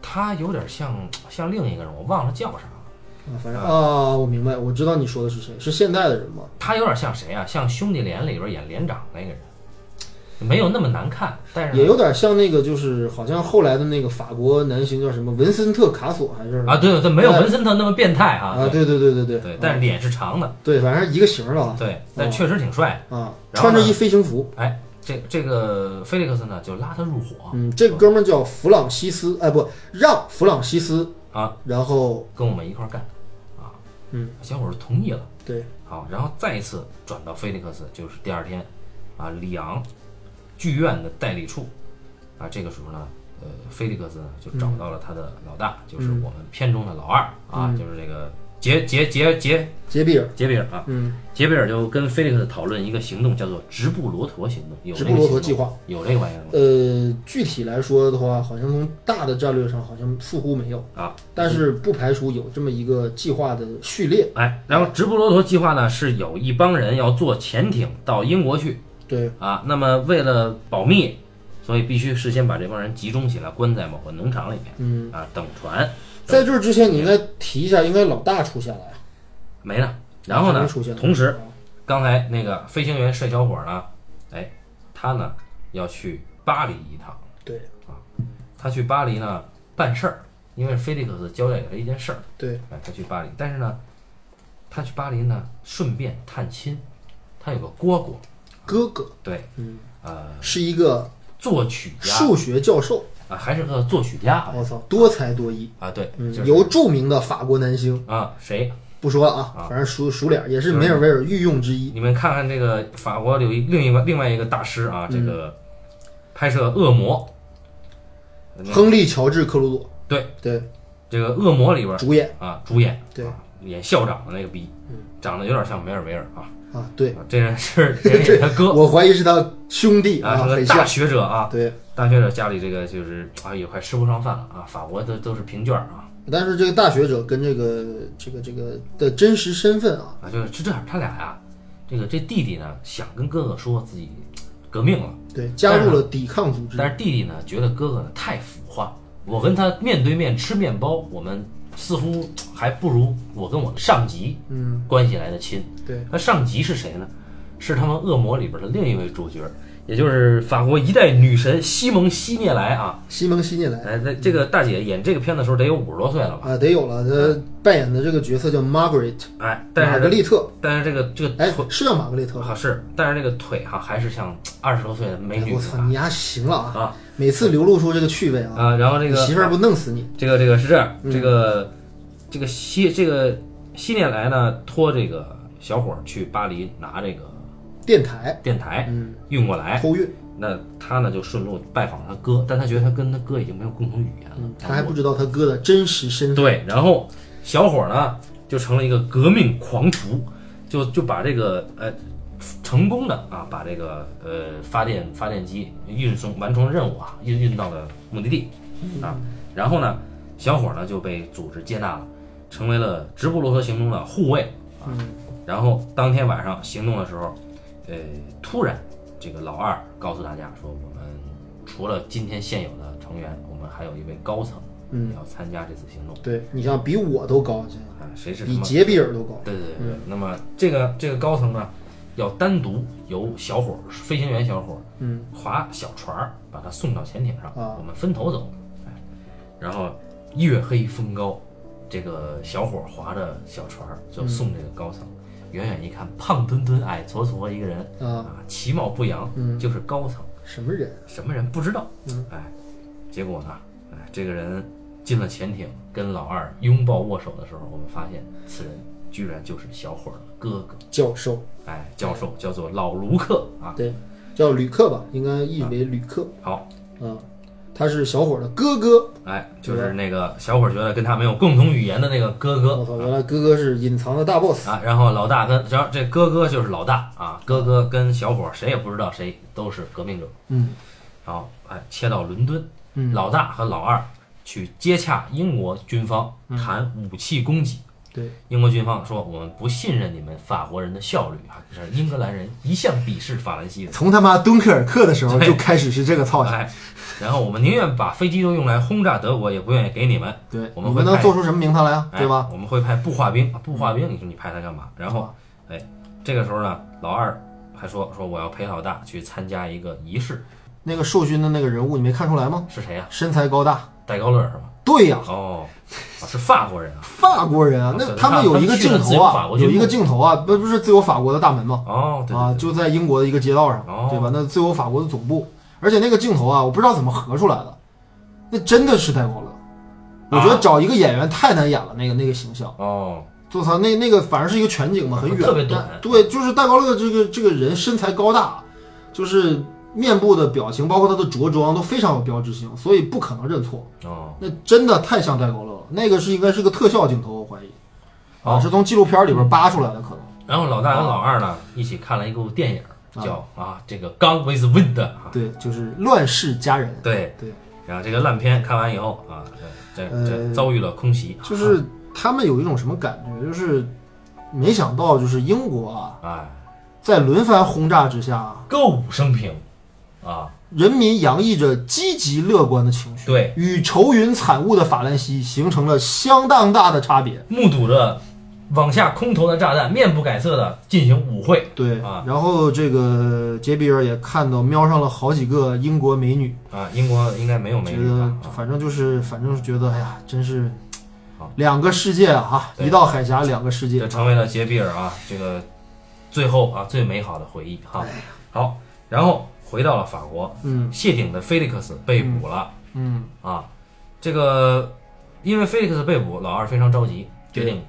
Speaker 1: 他有点像像另一个人，我忘了叫啥了，
Speaker 2: 啊，反正啊，我明白，我知道你说的是谁，是现代的人吗？
Speaker 1: 他有点像谁啊？像《兄弟连》里边演连长那个人，没有那么难看，但是
Speaker 2: 也
Speaker 1: 呢
Speaker 2: 有点像那个，就是好像后来的那个法国男星叫什么文森特·卡索还是
Speaker 1: 啊，对对对，没有文森特那么变态啊，
Speaker 2: 哎啊，对对对对对
Speaker 1: 对，但
Speaker 2: 啊
Speaker 1: 是脸是长的，
Speaker 2: 对，反正一个型儿了
Speaker 1: 对，但确实挺帅。
Speaker 2: 啊，
Speaker 1: 然后
Speaker 2: 穿
Speaker 1: 呢
Speaker 2: 着一飞行服，
Speaker 1: 哎，这这个菲利克斯呢就拉他入伙
Speaker 2: 嗯，这哥们儿叫弗朗西斯，哎不，让弗朗西斯，
Speaker 1: 啊，
Speaker 2: 然后
Speaker 1: 跟我们一块儿干啊，
Speaker 2: 嗯，
Speaker 1: 小伙儿同意了。
Speaker 2: 对，
Speaker 1: 好，然后再一次转到菲利克斯，就是第二天，啊，里昂剧院的代理处，啊，这个时候呢，呃，菲利克斯呢就找
Speaker 2: 嗯
Speaker 1: 到了他的老大，就是我们片中的老二啊，就是这个杰杰杰杰
Speaker 2: 杰比尔，
Speaker 1: 杰比尔啊，
Speaker 2: 嗯，
Speaker 1: 杰比尔就跟菲利克斯讨论一个行动，叫做直布罗陀行动，有
Speaker 2: 直
Speaker 1: 这
Speaker 2: 布
Speaker 1: 个
Speaker 2: 罗陀
Speaker 1: 行动
Speaker 2: 计划，
Speaker 1: 有这个玩意儿吗？
Speaker 2: 呃，具体来说的话，好像从大的战略上好像似乎没有，
Speaker 1: 啊，
Speaker 2: 但是不排除有这么一个计划的序列，
Speaker 1: 哎，然后直布罗陀计划呢是有一帮人要坐潜艇到英国去，
Speaker 2: 对，
Speaker 1: 啊，那么为了保密，所以必须事先把这帮人集中起来，关在某个农场里面，
Speaker 2: 嗯，
Speaker 1: 啊，等船
Speaker 2: 在这儿之前你应该提一下，应该老大出现了呀，
Speaker 1: 没了。然后呢
Speaker 2: 还没出现，呢
Speaker 1: 同时，刚才那个飞行员帅小伙呢，哎，他呢要去巴黎一趟，
Speaker 2: 对
Speaker 1: 他去巴黎呢办事儿，因为菲利克斯交代给他一件事儿，
Speaker 2: 对，
Speaker 1: 哎，他去巴黎，但是呢，他去巴黎呢，顺便探亲，他有个蝈蝈，
Speaker 2: 哥哥
Speaker 1: 对，
Speaker 2: 嗯
Speaker 1: 呃，
Speaker 2: 是一个
Speaker 1: 作曲家
Speaker 2: 数学教授，
Speaker 1: 啊，还是个作曲家啊
Speaker 2: 我操，多才多艺，
Speaker 1: 啊，对，
Speaker 2: 嗯
Speaker 1: 就，是
Speaker 2: 由著名的法国男星
Speaker 1: 啊，谁？
Speaker 2: 不说了啊，反正熟熟脸儿也是梅尔维尔御用之一。
Speaker 1: 你们看看这个法国有一另一个另外一个大师
Speaker 2: 嗯
Speaker 1: 啊，这个拍摄《恶魔》嗯
Speaker 2: 亨利·乔治·克鲁佐，
Speaker 1: 对
Speaker 2: 对，
Speaker 1: 这个《恶魔》里边
Speaker 2: 主演
Speaker 1: 啊，主演
Speaker 2: 对
Speaker 1: 啊演校长的那个逼，长得有点像梅尔维尔啊，
Speaker 2: 啊，对，
Speaker 1: 啊这人是这人也是他
Speaker 2: *laughs*
Speaker 1: 哥
Speaker 2: 我怀疑是他兄弟
Speaker 1: 啊，是
Speaker 2: 很
Speaker 1: 个大
Speaker 2: 像。
Speaker 1: 学者啊，
Speaker 2: 对，
Speaker 1: 大学者家里这个就是啊也快吃不上饭了啊，法国都都是平卷儿啊
Speaker 2: 但是这个大学者跟这个这个这个的真实身份啊，
Speaker 1: 啊，就是是这样，他俩呀、这个这弟弟呢想跟哥哥说自己革命了。
Speaker 2: 对，加入了抵抗组织。
Speaker 1: 但是弟弟呢，觉得哥哥呢太腐化，我跟他面对面吃面包，我们似乎还不如我跟我的上级
Speaker 2: 嗯，
Speaker 1: 关系来的亲。
Speaker 2: 对，
Speaker 1: 那上级是谁呢？是他们恶魔里边的另一位主角，也就是法国一代女神西蒙希涅莱啊。
Speaker 2: 西蒙·希涅莱
Speaker 1: 哎，那这个大姐演这个片的时候得有五十多岁了吧？
Speaker 2: 啊，得有了，他扮演的这个角色叫 Margaret
Speaker 1: 哎，嗯但
Speaker 2: 玛
Speaker 1: 是
Speaker 2: 格
Speaker 1: 呢
Speaker 2: 丽特，
Speaker 1: 但是这个这个
Speaker 2: 哎
Speaker 1: 腿，
Speaker 2: 是叫玛格丽特吧？
Speaker 1: 啊是，但是这个腿哈、还是像二十多岁的美
Speaker 2: 哎
Speaker 1: 女
Speaker 2: 我操，
Speaker 1: 啊
Speaker 2: 你丫行了啊！
Speaker 1: 啊
Speaker 2: 每次流露出这个趣味啊，
Speaker 1: 啊！然后这个
Speaker 2: 你媳妇儿不弄死你？
Speaker 1: 这个这个是这样，这个这个西这个西涅莱呢，托这个小伙儿去巴黎拿这个
Speaker 2: 电台，
Speaker 1: 电台
Speaker 2: 嗯，
Speaker 1: 运过来，
Speaker 2: 偷运，
Speaker 1: 那他呢就顺路拜访他哥，但他觉得他跟他哥已经没有共同语言了
Speaker 2: 嗯，，
Speaker 1: 然
Speaker 2: 他还
Speaker 1: 后
Speaker 2: 不知道他哥的真实身份。
Speaker 1: 对，然后小伙儿呢就成了一个革命狂徒，就就把这个呃成功的啊把这个呃发电发电机运送完成任务啊运运到了目的地啊，然后呢小伙儿呢就被组织接纳了，成为了直布罗陀行动的护卫啊，然后当天晚上行动的时候，呃突然这个老二告诉大家说我们除了今天现有的成员，我们还有一位高层。
Speaker 2: 嗯，
Speaker 1: 要参加这次行动
Speaker 2: 对你像比我都高，这
Speaker 1: 啊，谁是他
Speaker 2: 比
Speaker 1: 妈？
Speaker 2: 杰比尔都高。
Speaker 1: 对对对
Speaker 2: 嗯
Speaker 1: 对。那么这个这个高层呢，要单独由小伙儿飞行员小伙儿
Speaker 2: 嗯，
Speaker 1: 划小船儿把他送到潜艇上，
Speaker 2: 啊
Speaker 1: 我们分头走。哎然后月黑风高，这个小伙儿划着小船儿就送这个高层。远远一看，胖墩墩、矮矬矬一个人
Speaker 2: 嗯啊，
Speaker 1: 啊，其貌不扬，
Speaker 2: 嗯
Speaker 1: 就是高层。
Speaker 2: 什么人？
Speaker 1: 什么人不知道。
Speaker 2: 嗯，
Speaker 1: 哎，结果呢，哎，这个人进了潜艇，跟老二拥抱握手的时候，我们发现此人居然就是小伙儿的哥哥，
Speaker 2: 教授，
Speaker 1: 哎，教授叫做老卢克啊。
Speaker 2: 对，叫吕克吧，应该译为吕克。
Speaker 1: 好，
Speaker 2: 嗯，他是小伙的哥哥。
Speaker 1: 哎，就是那个小伙儿觉得跟他没有共同语言的那个哥
Speaker 2: 我
Speaker 1: 哥
Speaker 2: 操，原来哥哥是隐藏的大 boss。
Speaker 1: 啊。然后老大跟然后这哥哥就是老大啊，哥哥跟小伙儿谁也不知道谁都是革命者。
Speaker 2: 嗯
Speaker 1: 然后哎，切到伦敦，
Speaker 2: 嗯，
Speaker 1: 老大和老二去接洽英国军方
Speaker 2: 嗯
Speaker 1: 谈武器供给。
Speaker 2: 对，
Speaker 1: 英国军方说：“我们不信任你们法国人的效率啊！这是英格兰人一向鄙视法兰西的，
Speaker 2: 从他妈敦刻尔克的时候就开始是这个操性。
Speaker 1: 哎，然后我们宁愿把飞机都用来轰炸德国，也不愿意给你们。
Speaker 2: 对，
Speaker 1: 我
Speaker 2: 你
Speaker 1: 们会
Speaker 2: 们能
Speaker 1: 派
Speaker 2: 做出什么名堂来啊？
Speaker 1: 哎
Speaker 2: 对吧？
Speaker 1: 我们会派步化兵，啊步化兵，你说你派他干嘛？然后，哎，这个时候呢，老二还说说我要陪老大去参加一个仪式，
Speaker 2: 那个受勋的那个人物，你没看出来吗？
Speaker 1: 是谁呀、啊
Speaker 2: 身材高大。
Speaker 1: 戴高乐是吧？
Speaker 2: 对呀、
Speaker 1: 哦，啊是法国人啊。
Speaker 2: 法国人啊，
Speaker 1: 哦
Speaker 2: 那
Speaker 1: 对
Speaker 2: 他们有一个镜
Speaker 1: 他们去了自
Speaker 2: 头
Speaker 1: 由法
Speaker 2: 啊，
Speaker 1: 国
Speaker 2: 有
Speaker 1: 就
Speaker 2: 一个镜头啊，不不是自由法国的大门吗？
Speaker 1: 哦，对
Speaker 2: 啊，
Speaker 1: 对
Speaker 2: 就在英国的一个街道上，
Speaker 1: 哦
Speaker 2: 对吧？那自由法国的总部，而且那个镜头啊，我不知道怎么合出来的，那真的是戴高乐。我
Speaker 1: 啊
Speaker 2: 觉得找一个演员太难演了，那个那个形象，
Speaker 1: 对，哦，
Speaker 2: 我操，那那个反而是一个全景嘛，很远，
Speaker 1: 特别短
Speaker 2: 但对，就是戴高乐这个这个人身材高大，就是面部的表情，包括他的着装都非常有标志性，所以不可能认错。
Speaker 1: 哦，
Speaker 2: 那真的太像戴高乐了，那个是应该是个特效镜头，我怀疑，啊，
Speaker 1: 哦
Speaker 2: 是从纪录片里边扒出来的，可能。
Speaker 1: 然后老大跟老二呢一起看了一部电影，叫啊这个《Gun with Wind》啊，
Speaker 2: 对，就是乱世佳人。
Speaker 1: 对
Speaker 2: 对，
Speaker 1: 然后这个烂片看完以后啊，这这这
Speaker 2: 呃
Speaker 1: 遭遇了空袭，
Speaker 2: 就是他们有一种什么感觉，就是没想到，就是英国啊，
Speaker 1: *laughs* 哎，
Speaker 2: 在轮番轰炸之下，
Speaker 1: 歌舞升平啊，
Speaker 2: 人民洋溢着积极乐观的情绪，
Speaker 1: 对，
Speaker 2: 与愁云惨雾的法兰西形成了相当大的差别。
Speaker 1: 目睹着往下空投的炸弹，面不改色的进行舞会
Speaker 2: 对，
Speaker 1: 啊
Speaker 2: 然后这个杰比尔也看到瞄上了好几个英国美女，
Speaker 1: 啊，英国应该没有美
Speaker 2: 觉
Speaker 1: 女
Speaker 2: 得
Speaker 1: 吧？
Speaker 2: 反正就是反正是觉得，哎呀，真是
Speaker 1: 啊
Speaker 2: 两个世界啊，
Speaker 1: 对
Speaker 2: 一道海峡两个世
Speaker 1: 这
Speaker 2: 界。
Speaker 1: 成为了杰比尔啊这个最后啊最美好的回忆
Speaker 2: 哎
Speaker 1: 哈、好，然后回到了法国，
Speaker 2: 嗯
Speaker 1: 谢顶的菲利克斯被捕了、
Speaker 2: 嗯，
Speaker 1: 啊，这个因为菲利克斯被捕，老二非常着急，决定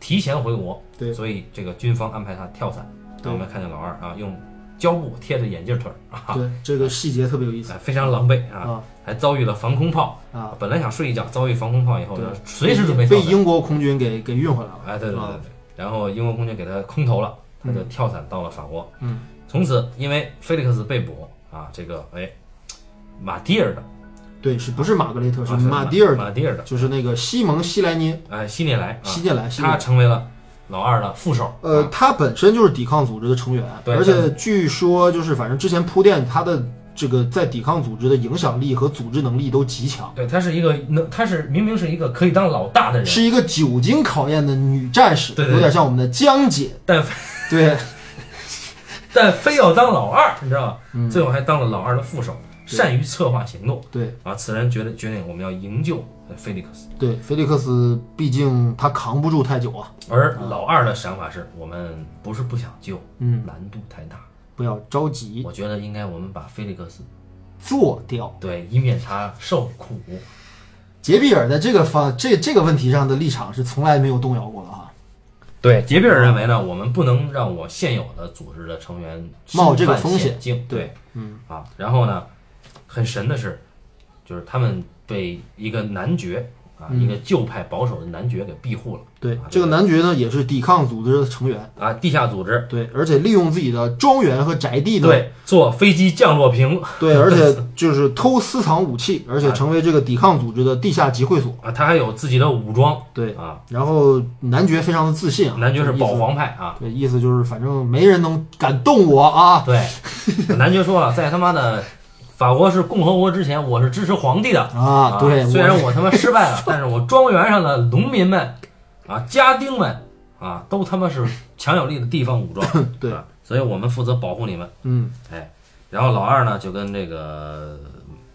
Speaker 1: 提前回国，
Speaker 2: 对
Speaker 1: 所以这个军方安排他跳伞。
Speaker 2: 对
Speaker 1: 我们看见老二啊用胶布贴着眼镜腿儿啊，
Speaker 2: 对，这个细节特别有意思
Speaker 1: 哎非常狼狈啊，
Speaker 2: 啊
Speaker 1: 还遭遇了防空炮。
Speaker 2: 啊！
Speaker 1: 本来想睡一觉，遭遇防空炮以后
Speaker 2: 对
Speaker 1: 呢，随时准备跳
Speaker 2: 被
Speaker 1: 伞。
Speaker 2: 英国空军给给运回来了。
Speaker 1: 哎，对对对
Speaker 2: 啊
Speaker 1: 对。然后英国空军给他空投了，他就跳伞到了法国。
Speaker 2: 嗯，
Speaker 1: 从此因为菲利克斯被捕啊，这个哎，马蒂尔的
Speaker 2: 对，是不是玛格丽特？是
Speaker 1: 啊
Speaker 2: 马蒂尔，
Speaker 1: 马蒂尔的
Speaker 2: 就是那个西蒙西莱涅
Speaker 1: 哎希涅莱啊，
Speaker 2: 希涅莱。希涅
Speaker 1: 他
Speaker 2: 莱
Speaker 1: 成为了老二的副手。
Speaker 2: 呃，
Speaker 1: 啊，
Speaker 2: 他本身就是抵抗组织的成员，
Speaker 1: 对
Speaker 2: 而且据说就是反正之前铺垫他的这个在抵抗组织的影响力和组织能力都极强，
Speaker 1: 啊对，他是一个能，他是明明是一个可以当老大的人，
Speaker 2: 是一个久经考验的女战士，
Speaker 1: 对对对
Speaker 2: 有点像我们的江姐，
Speaker 1: 但
Speaker 2: 对，
Speaker 1: 但非要当老二，你知道吧？
Speaker 2: 嗯
Speaker 1: 最后还当了老二的副手，
Speaker 2: 对
Speaker 1: 善于策划行动
Speaker 2: 对
Speaker 1: 啊！此人决定决定我们要营救呃菲利克斯，
Speaker 2: 对，菲利克斯毕竟他扛不住太久啊，
Speaker 1: 而老二的想法是我们不是不想救，
Speaker 2: 嗯，
Speaker 1: 难度太大，
Speaker 2: 不要着急，
Speaker 1: 我觉得应该我们把菲利克斯
Speaker 2: 做掉。
Speaker 1: 对，以免他受苦。
Speaker 2: 杰比尔在这个方这这个问题上的立场是从来没有动摇过的哈，
Speaker 1: 对，杰比
Speaker 2: 啊
Speaker 1: 尔认为呢，我们不能让我现有的组织的成员
Speaker 2: 冒这个
Speaker 1: 身犯
Speaker 2: 风险
Speaker 1: 险境，对，
Speaker 2: 嗯
Speaker 1: 啊，然后呢，很神的是，就是他们被一个男爵啊，
Speaker 2: 嗯
Speaker 1: 一个旧派保守的男爵给庇护了。
Speaker 2: 对
Speaker 1: 啊，
Speaker 2: 这个男爵呢也是抵抗组织的成员，
Speaker 1: 啊，地下组织
Speaker 2: 对，而且利用自己的庄园和宅地呢。
Speaker 1: 对做飞机降落屏
Speaker 2: 对，而且就是 *laughs* 偷私藏武器，而且成为这个抵抗组织的地下集会所。
Speaker 1: 啊，他还有自己的武装
Speaker 2: 对，
Speaker 1: 啊，
Speaker 2: 然后男爵非常的自信啊，
Speaker 1: 男爵是
Speaker 2: 这意思
Speaker 1: 保。皇派啊，
Speaker 2: 对，意思就是反正没人能敢动我啊。 *laughs*
Speaker 1: 对，男爵说了，在他妈的法国是共和国之前，我是支持皇帝的
Speaker 2: 啊，对，
Speaker 1: 虽然
Speaker 2: 我
Speaker 1: 我他妈失败了，但是我庄园上的农民们啊、家丁们啊，都他妈是强有力的地方武装，
Speaker 2: *laughs* 对
Speaker 1: 啊，所以我们负责保护你们。哎
Speaker 2: 嗯，
Speaker 1: 然后老二呢，就跟这个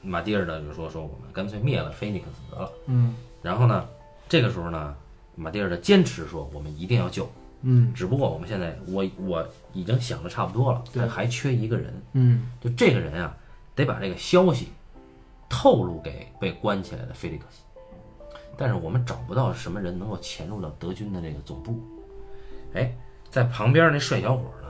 Speaker 1: 马蒂尔的就说说，我们干脆灭了菲尼克斯得啊了。
Speaker 2: 嗯
Speaker 1: 然后呢，这个时候呢，马蒂尔的坚持说，我们一定要救，
Speaker 2: 嗯
Speaker 1: 只不过我们现在我我已经想的差不多了，
Speaker 2: 对
Speaker 1: 但还缺一个人，
Speaker 2: 嗯，
Speaker 1: 就这个人啊，得把这个消息透露给被关起来的菲利克斯，但是我们找不到什么人能够潜入到德军的这个总部。哎，在旁边那帅小伙呢，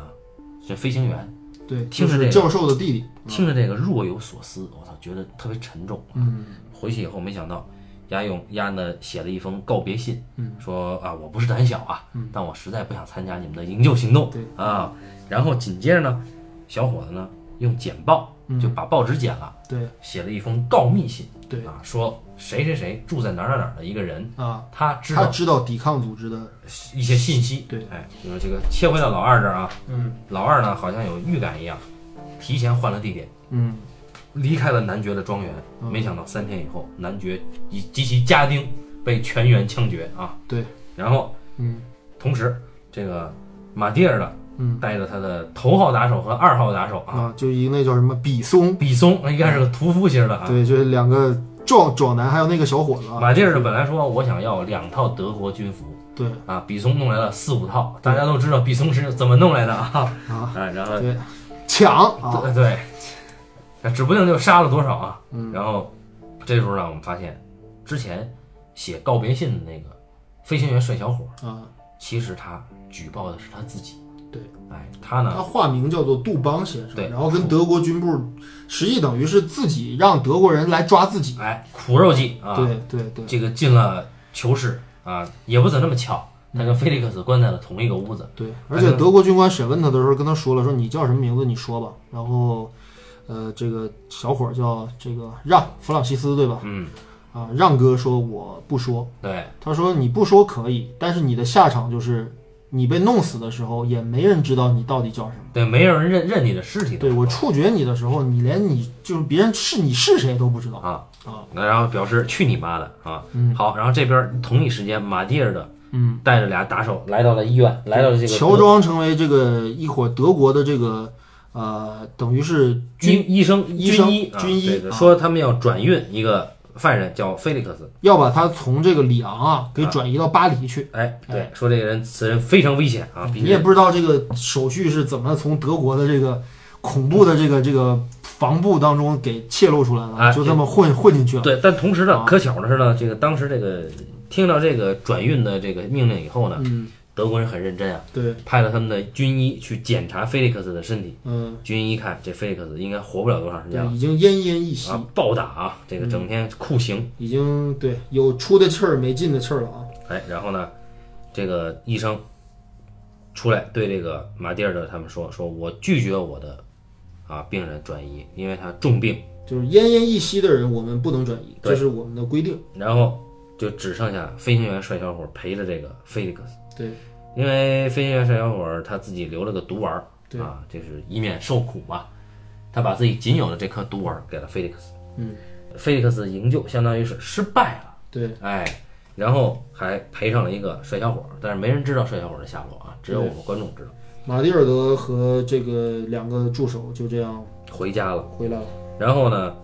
Speaker 1: 这飞行员
Speaker 2: 对，
Speaker 1: 听着
Speaker 2: 就是
Speaker 1: 这个
Speaker 2: 教授的弟弟。
Speaker 1: 听着这个若有所思，我操，觉得特别沉重。
Speaker 2: 嗯
Speaker 1: 回去以后，没想到押用押呢写了一封告别信，
Speaker 2: 嗯
Speaker 1: 说啊，我不是胆小啊，但我实在不想参加你们的营救行动，
Speaker 2: 对
Speaker 1: 啊。然后紧接着呢，小伙子呢用剪报
Speaker 2: 嗯
Speaker 1: 就把报纸剪了，
Speaker 2: 对
Speaker 1: 写了一封告密信，
Speaker 2: 对
Speaker 1: 啊，说谁谁谁住在哪儿哪儿哪儿的一个人，
Speaker 2: 啊，
Speaker 1: 他知
Speaker 2: 他
Speaker 1: 道
Speaker 2: 知道抵抗组织的。
Speaker 1: 一些信息，
Speaker 2: 对，
Speaker 1: 哎，就是这个切回到老二这儿啊，
Speaker 2: 嗯
Speaker 1: 老二呢好像有预感一样，提前换了地点，
Speaker 2: 嗯，
Speaker 1: 离开了男爵的庄园，
Speaker 2: 嗯
Speaker 1: 没想到三天以后，男爵以及其家丁被全员枪决啊，
Speaker 2: 对，
Speaker 1: 然后
Speaker 2: 嗯
Speaker 1: 同时这个马蒂尔呢
Speaker 2: 嗯
Speaker 1: 带着他的头号打手和二号打手啊，
Speaker 2: 啊，就一个那叫什么比松，
Speaker 1: 比松那应该是个屠夫型的啊，
Speaker 2: 嗯对，就是两个壮壮男，还有那个小伙子啊。
Speaker 1: 马蒂尔本来说我想要两套德国军服。
Speaker 2: 对
Speaker 1: 啊，比松弄来了四五套，大家都知道比松是怎么弄来的啊
Speaker 2: 啊，
Speaker 1: 啊，然后
Speaker 2: 对，抢啊，
Speaker 1: 对对，那指不定就杀了多少啊。
Speaker 2: 嗯
Speaker 1: 然后这时候呢，我们发现之前写告别信的那个飞行员帅小伙，
Speaker 2: 啊，
Speaker 1: 其实他举报的是他自己。
Speaker 2: 对，
Speaker 1: 哎，他呢
Speaker 2: 他化名叫做杜邦先生，
Speaker 1: 对
Speaker 2: 然后跟德国军部，实际等于是自己让德国人来抓自己。
Speaker 1: 哎，苦肉计啊，
Speaker 2: 对对对，
Speaker 1: 这个进了囚室啊，也不怎那么巧，他
Speaker 2: 嗯
Speaker 1: 跟菲利克斯关在了同一个屋子。
Speaker 2: 对，而且德国军官审问他的时候跟他说了，说你叫什么名字，你说吧。然后，呃，这个小伙儿叫这个让弗朗西斯对吧？
Speaker 1: 嗯，
Speaker 2: 啊，让哥说我不说，
Speaker 1: 对
Speaker 2: 他说你不说可以，但是你的下场就是你被弄死的时候，也没人知道你到底叫什么。
Speaker 1: 对，没有人认认你的尸体的。
Speaker 2: 对我处决你的时候，你连你就是别人是你是谁都不知道。
Speaker 1: 啊
Speaker 2: 啊，
Speaker 1: 然后表示去你妈的啊！
Speaker 2: 嗯
Speaker 1: 好，然后这边同一时间，马蒂尔的
Speaker 2: 嗯，
Speaker 1: 带着俩打手来到了医院，来到了这个
Speaker 2: 乔装成为这个一伙德国的这个呃，等于是军
Speaker 1: 医医生
Speaker 2: 医生
Speaker 1: 军医啊
Speaker 2: 军医
Speaker 1: 对对
Speaker 2: 啊
Speaker 1: 说他们要转运一个犯人叫菲利克斯。
Speaker 2: 要把他从这个里昂啊给转移到巴黎去。
Speaker 1: 哎，对，说这个人此人非常危险啊，
Speaker 2: 你也不知道这个手续是怎么从德国的这个恐怖的这个这个防部当中给泄露出来
Speaker 1: 哎
Speaker 2: 的，就这么混混进去了。
Speaker 1: 对，但同时呢
Speaker 2: 啊，
Speaker 1: 可巧的是呢，这个当时这个听到这个转运的这个命令以后呢，
Speaker 2: 嗯，
Speaker 1: 德国人很认真啊，
Speaker 2: 对，
Speaker 1: 派了他们的军医去检查菲利克斯的身体。
Speaker 2: 嗯，
Speaker 1: 军医一看，这菲利克斯应该活不了多长时间
Speaker 2: 对，
Speaker 1: 了
Speaker 2: 已经奄奄一息，
Speaker 1: 啊！暴打啊，这个整天酷刑。
Speaker 2: 已经对有出的气儿没进的气儿了啊。
Speaker 1: 哎，然后呢，这个医生出来对这个马蒂尔德他们说：“说我拒绝我的啊病人转移，因为他重病。
Speaker 2: 就是奄奄一息的人，我们不能转移，
Speaker 1: 对
Speaker 2: 这是我们的规定。”
Speaker 1: 然后就只剩下飞行员帅小伙陪着这个菲利克斯。
Speaker 2: 对，
Speaker 1: 因为飞行员帅小伙儿他自己留了个毒丸儿
Speaker 2: 对
Speaker 1: 啊，这是以免受苦嘛。他把自己仅有的这颗毒丸儿给了菲利克斯，
Speaker 2: 嗯，
Speaker 1: 菲利克斯营救相当于是失败了，
Speaker 2: 对，
Speaker 1: 哎，然后还赔上了一个帅小伙儿，但是没人知道帅小伙儿的下落啊，只有我们观众知道。
Speaker 2: 马蒂尔德和这个两个助手就这样
Speaker 1: 回家了，
Speaker 2: 回来了。
Speaker 1: 然后呢，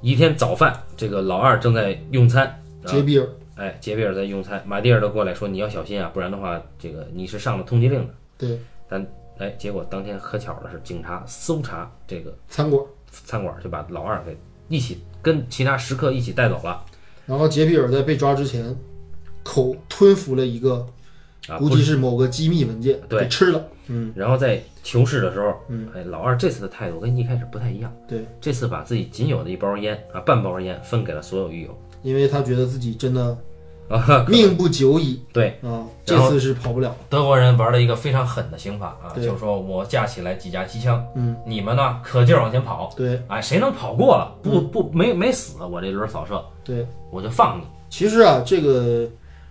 Speaker 1: 一天早饭，这个老二正在用餐，啊
Speaker 2: 杰比尔，
Speaker 1: 哎，杰比尔在用餐，马蒂尔德过来说你要小心啊，不然的话，这个你是上了通缉令的。
Speaker 2: 对，
Speaker 1: 但哎，结果当天可巧的是，警察搜查这个。
Speaker 2: 餐馆，
Speaker 1: 餐馆就把老二给一起跟其他食客一起带走了
Speaker 2: 然后杰比尔在被抓之前，口吞服了一个，
Speaker 1: 啊，
Speaker 2: 估
Speaker 1: 不
Speaker 2: 计是某个机密文件，
Speaker 1: 对
Speaker 2: 给吃了。嗯，
Speaker 1: 然后在求是的时候，
Speaker 2: 嗯，
Speaker 1: 哎，老二这次的态度跟一开始不太一样，
Speaker 2: 对，
Speaker 1: 这次把自己仅有的一包烟啊，半包烟分给了所有狱友
Speaker 2: 因为他觉得自己真的
Speaker 1: 啊，
Speaker 2: 命不久矣
Speaker 1: 对，
Speaker 2: 啊，
Speaker 1: 然
Speaker 2: 这
Speaker 1: 后
Speaker 2: 次是跑不了了。
Speaker 1: *laughs* 德国人玩了一个非常狠的刑法啊，
Speaker 2: 对
Speaker 1: 就是说我架起来几架机枪，
Speaker 2: 嗯，
Speaker 1: 你们呢可劲儿往前跑，
Speaker 2: 对
Speaker 1: 哎，谁能跑过了，不
Speaker 2: 嗯
Speaker 1: 不没没死，我这轮扫射
Speaker 2: 对，
Speaker 1: 我就放你，
Speaker 2: 其实啊，这个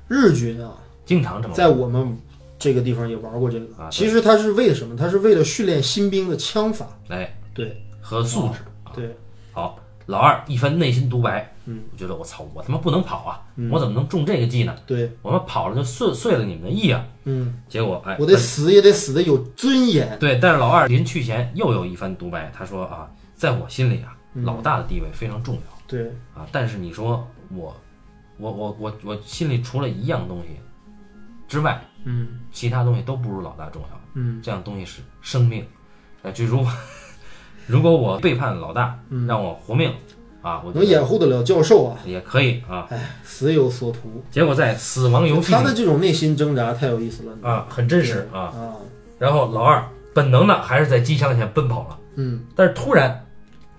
Speaker 2: 日军啊，
Speaker 1: 经常这么玩
Speaker 2: 在我们这个地方也玩过这
Speaker 1: 啊
Speaker 2: 个。
Speaker 1: 对
Speaker 2: 其实他是为了什么？他是为了训练新兵的枪法。
Speaker 1: 哎
Speaker 2: 对
Speaker 1: 和素质。
Speaker 2: 对，
Speaker 1: 好，老二一番内心独白，
Speaker 2: 嗯，
Speaker 1: 我觉得我操，我他妈不能跑啊，我怎么能中这个计呢？
Speaker 2: 对，
Speaker 1: 我们跑了就碎碎了你们的意啊！
Speaker 2: 嗯，
Speaker 1: 结果哎，
Speaker 2: 我得死也得死的有尊严。
Speaker 1: 对，但是老二临去前又有一番独白，他说啊，在我心里啊，
Speaker 2: 嗯
Speaker 1: 老大的地位非常重要
Speaker 2: 对，
Speaker 1: 啊，但是你说我，我我我我心里除了一样东西之外，
Speaker 2: 嗯
Speaker 1: 其他东西都不如老大重要。
Speaker 2: 嗯，
Speaker 1: 这样东西是生命，那就如果 *laughs* 如果我背叛老大，
Speaker 2: 嗯
Speaker 1: 让我活命啊，我觉得
Speaker 2: 能掩护得了教授啊，
Speaker 1: 也可以啊。
Speaker 2: 哎，死有所图。
Speaker 1: 结果在死亡游戏
Speaker 2: 他的
Speaker 1: 里
Speaker 2: 这种内心挣扎太有意思了
Speaker 1: 啊，很真实啊。
Speaker 2: 啊，
Speaker 1: 然后老二本能的还是在机枪前奔跑了，
Speaker 2: 嗯，
Speaker 1: 但是突然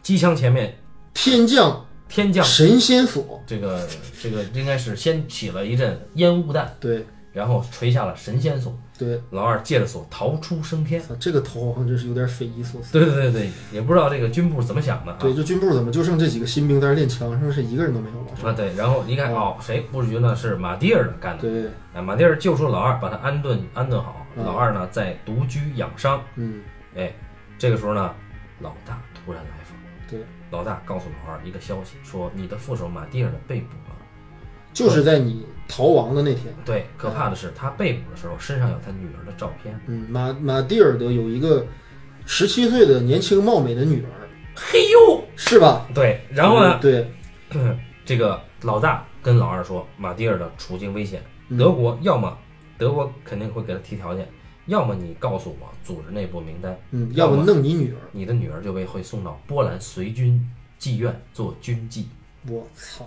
Speaker 1: 机枪前面
Speaker 2: 天降
Speaker 1: 天降
Speaker 2: 神仙锁，
Speaker 1: 这个这个应该是先起了一阵烟雾弹，
Speaker 2: 对
Speaker 1: 然后垂下了神仙锁，
Speaker 2: 对，
Speaker 1: 老二借着锁逃出升天。
Speaker 2: 操这个头好像真是有点匪夷所思。
Speaker 1: 对对对对，也不知道这个军部怎么想的啊。
Speaker 2: 对，这军部怎么就剩这几个新兵在那练枪，是不是一个人都没有
Speaker 1: 啊
Speaker 2: 了？
Speaker 1: 对，然后一看哦，谁布局呢？是马蒂尔干的。
Speaker 2: 嗯对，
Speaker 1: 哎，马蒂尔救出老二，把他安顿安顿好。
Speaker 2: 嗯
Speaker 1: 老二呢在独居养伤。
Speaker 2: 嗯，
Speaker 1: 哎，这个时候呢，老大突然来访。
Speaker 2: 对，
Speaker 1: 老大告诉老二一个消息，说你的副手马蒂尔的被捕了。
Speaker 2: 就是在你逃亡的那天，
Speaker 1: 对，可怕的是他被捕的时候身上有他女儿的照片。
Speaker 2: 嗯，马马蒂尔德有一个十七岁的年轻貌美的女儿，
Speaker 1: 嘿呦，
Speaker 2: 是吧？
Speaker 1: 对，然后呢
Speaker 2: 嗯，对，
Speaker 1: 这个老大跟老二说，马蒂尔的处境危险，
Speaker 2: 嗯
Speaker 1: 德国要么德国肯定会给他提条件，要么你告诉我组织内部名单，
Speaker 2: 嗯，要不弄你女儿，
Speaker 1: 你的女儿就被会送到波兰随军妓院做军妓。
Speaker 2: 我操，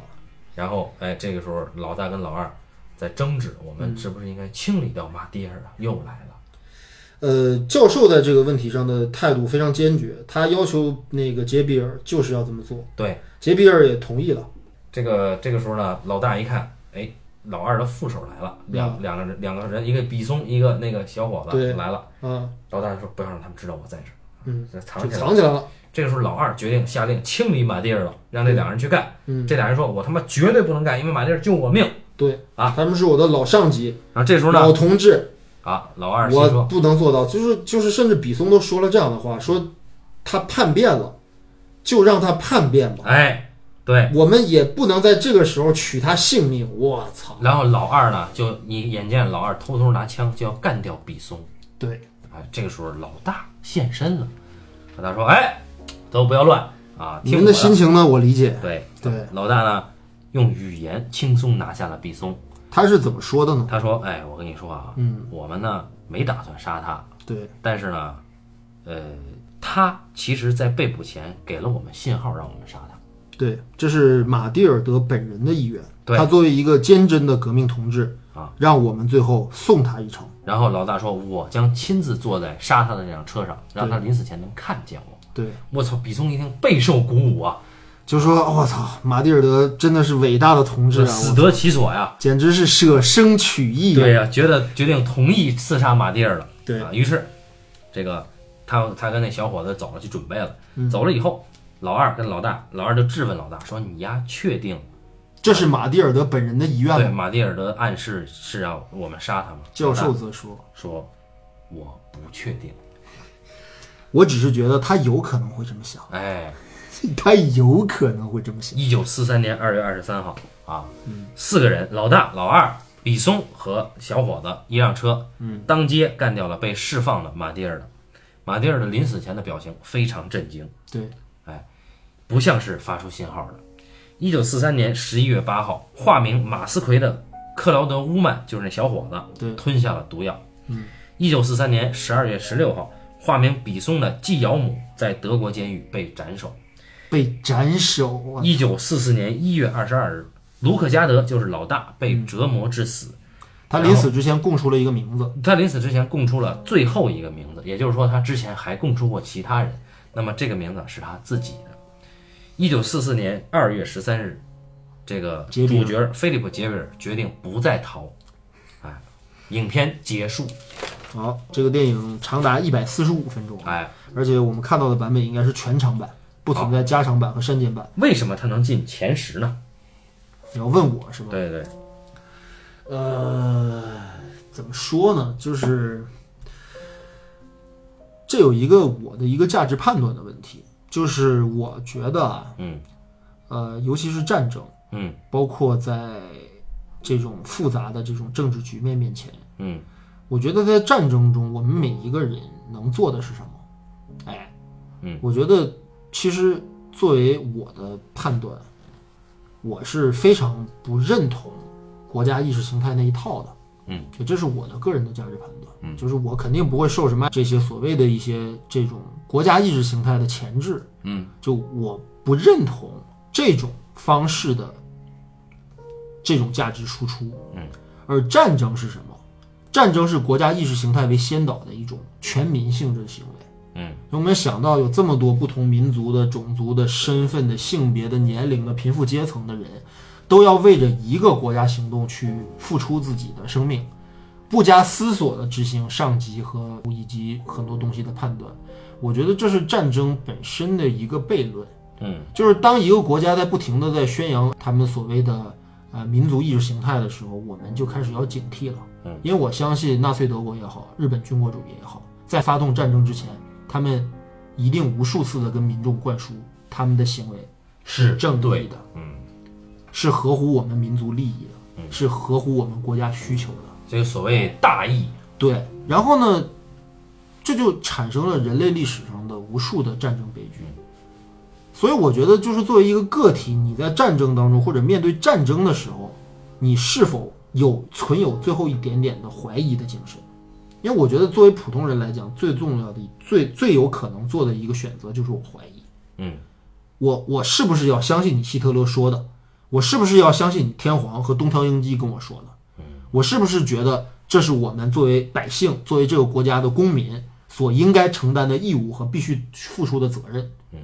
Speaker 1: 然后，哎，这个时候老大跟老二在争执，我
Speaker 2: 嗯
Speaker 1: 们是不是应该清理掉马蒂尔啊？又来了。
Speaker 2: 呃，教授在这个问题上的态度非常坚决，他要求那个杰比尔就是要这么做，
Speaker 1: 对，
Speaker 2: 杰比尔也同意了，
Speaker 1: 这个这个时候呢，老大一看，哎，老二的副手来了，两、两个人两个人，一个比松，一个那个小伙子
Speaker 2: 嗯对
Speaker 1: 来了。
Speaker 2: 啊，
Speaker 1: 老大说不要让他们知道我在这
Speaker 2: 嗯，
Speaker 1: 儿，藏
Speaker 2: 就
Speaker 1: 起来。
Speaker 2: 藏起来了，
Speaker 1: 这个时候，老二决定下令清理马蒂尔了，让这两人去干。
Speaker 2: 嗯，
Speaker 1: 这俩人说：“我他妈绝对不能干，因为马蒂尔救我命。
Speaker 2: 对
Speaker 1: 啊，
Speaker 2: 他们是我的老上级，”
Speaker 1: 然后这时候呢，
Speaker 2: 老同志，
Speaker 1: 啊，老二心
Speaker 2: 我
Speaker 1: 说
Speaker 2: 不能做到，就是就是，甚至比松都说了这样的话，说他叛变了，就让他叛变：“吧，
Speaker 1: 哎，对，
Speaker 2: 我们也不能在这个时候取他性命。我操，
Speaker 1: 然后老二呢，就你眼见老二偷偷拿枪就要干掉比松，啊
Speaker 2: 对，
Speaker 1: 哎，这个时候老大现身了，老大说：“哎，都不要乱，啊，
Speaker 2: 你
Speaker 1: 听
Speaker 2: 们
Speaker 1: 我
Speaker 2: 的心情呢，我理解。
Speaker 1: 对
Speaker 2: 对，
Speaker 1: 老大呢，用语言轻松拿下了毕松。
Speaker 2: 他是怎么说的呢？
Speaker 1: 他说：“哎，我跟你说啊，
Speaker 2: 嗯，
Speaker 1: 我们呢没打算杀他，
Speaker 2: 对，
Speaker 1: 但是呢，呃，他其实在被捕前给了我们信号，让我们杀他。
Speaker 2: 对，这是马蒂尔德本人的意愿。
Speaker 1: 对
Speaker 2: 他作为一个坚贞的革命同志
Speaker 1: 啊，
Speaker 2: 让我们最后送他一程。
Speaker 1: 然后老大说，我将亲自坐在杀他的那辆车上，让他临死前能看见我。
Speaker 2: 对，
Speaker 1: 我操，比松一听备受鼓舞啊，
Speaker 2: 就说我操，马蒂尔德真的是伟大的同志
Speaker 1: 这
Speaker 2: 啊，
Speaker 1: 死得其所呀。
Speaker 2: 简直是舍生取义。
Speaker 1: 对，呀、觉得决定同意刺杀马蒂尔了。
Speaker 2: 对
Speaker 1: 啊，于是这个他他跟那小伙子走了，去准备了。
Speaker 2: 嗯
Speaker 1: 走了以后，老二跟老大，老二就质问老大说：“你丫确定
Speaker 2: 这是马蒂尔德本人的遗愿
Speaker 1: 对
Speaker 2: 吗？
Speaker 1: 马蒂尔德暗示是要我们杀他吗？”
Speaker 2: 教
Speaker 1: 老
Speaker 2: 授
Speaker 1: 大
Speaker 2: 则说
Speaker 1: 说：“我不确定。”：“
Speaker 2: 我只是觉得他有可能会这么想， *laughs*
Speaker 1: 哎，
Speaker 2: 他有可能会这么想。
Speaker 1: 一九四三年二月二十三号啊，四个人，老大、老二、李松和小伙子一辆车，嗯，当街干掉了被释放的马蒂尔德。马蒂尔德临死前的表情非常震惊，”
Speaker 2: 对，
Speaker 1: 不像是发出信号的。一九四三年十一月八号，化名马斯奎的克劳德·乌曼，就是那小伙子，
Speaker 2: 对
Speaker 1: 吞下了毒药。嗯，一九四三年十二月十六号，化名比松的季尧姆在德国监狱被斩首。
Speaker 2: 被斩首啊！
Speaker 1: 一九四四年一月二十二日，卢克加德就是老大被折磨致死。
Speaker 2: 他临死之前供出了一个名字，
Speaker 1: 他临死之前供出了最后一个名字，也就是说，他之前还供出过其他人。那么这个名字是他自己的。一九四四年二月十三日，这个
Speaker 2: 杰比尔
Speaker 1: 主角菲利普·杰维尔决定不再逃。哎，影片结束。
Speaker 2: 好，这个电影长达一百四十五分钟，啊
Speaker 1: 哎，
Speaker 2: 而且我们看到的版本应该是全长版，不存在加长版和删减版。
Speaker 1: 为什么他能进前十呢？
Speaker 2: 你要问我是吧？
Speaker 1: 对对，
Speaker 2: 呃，怎么说呢？就是这有一个我的一个价值判断的问题，就是我觉得啊，
Speaker 1: 嗯
Speaker 2: 呃，尤其是战争，
Speaker 1: 嗯
Speaker 2: 包括在这种复杂的这种政治局面面前，
Speaker 1: 嗯，
Speaker 2: 我觉得在战争中，我们每一个人能做的是什么？哎，
Speaker 1: 嗯，
Speaker 2: 我觉得其实作为我的判断，我是非常不认同国家意识形态那一套的。
Speaker 1: 嗯，
Speaker 2: 这是我的个人的价值判断。嗯，就是我肯定不会受什么这些所谓的一些这种国家意识形态的钳制。
Speaker 1: 嗯，
Speaker 2: 就我不认同这种方式的这种价值输出。
Speaker 1: 嗯，
Speaker 2: 而战争是什么？战争是国家意识形态为先导的一种全民性质行为。
Speaker 1: 嗯，
Speaker 2: 我们想到有这么多不同民族的、种族的、身份的、性别的、年龄的、贫富阶层的人，都要为着一个国家行动去付出自己的生命，不加思索的执行上级和以及很多东西的判断。我觉得这是战争本身的一个悖论。
Speaker 1: 嗯，
Speaker 2: 就是当一个国家在不停的在宣扬他们所谓的呃民族意识形态的时候，我们就开始要警惕了。
Speaker 1: 嗯，
Speaker 2: 因为我相信纳粹德国也好，日本军国主义也好，在发动战争之前，他们一定无数次的跟民众灌输他们的行为
Speaker 1: 是
Speaker 2: 正
Speaker 1: 对
Speaker 2: 义的，
Speaker 1: 嗯，
Speaker 2: 是合乎我们民族利益的，是合乎我们国家需求的。
Speaker 1: 这个所谓大义。
Speaker 2: 对，然后呢，这就产生了人类历史上的无数的战争悲剧。所以我觉得，就是作为一个个体，你在战争当中或者面对战争的时候，你是否有存有最后一点点的怀疑的精神？因为我觉得，作为普通人来讲，最重要的、最最有可能做的一个选择就是我怀疑，
Speaker 1: 嗯，
Speaker 2: 我我是不是要相信你希特勒说的？我是不是要相信你天皇和东条英机跟我说的？我是不是觉得这是我们作为百姓、作为这个国家的公民所应该承担的义务和必须付出的责任？嗯，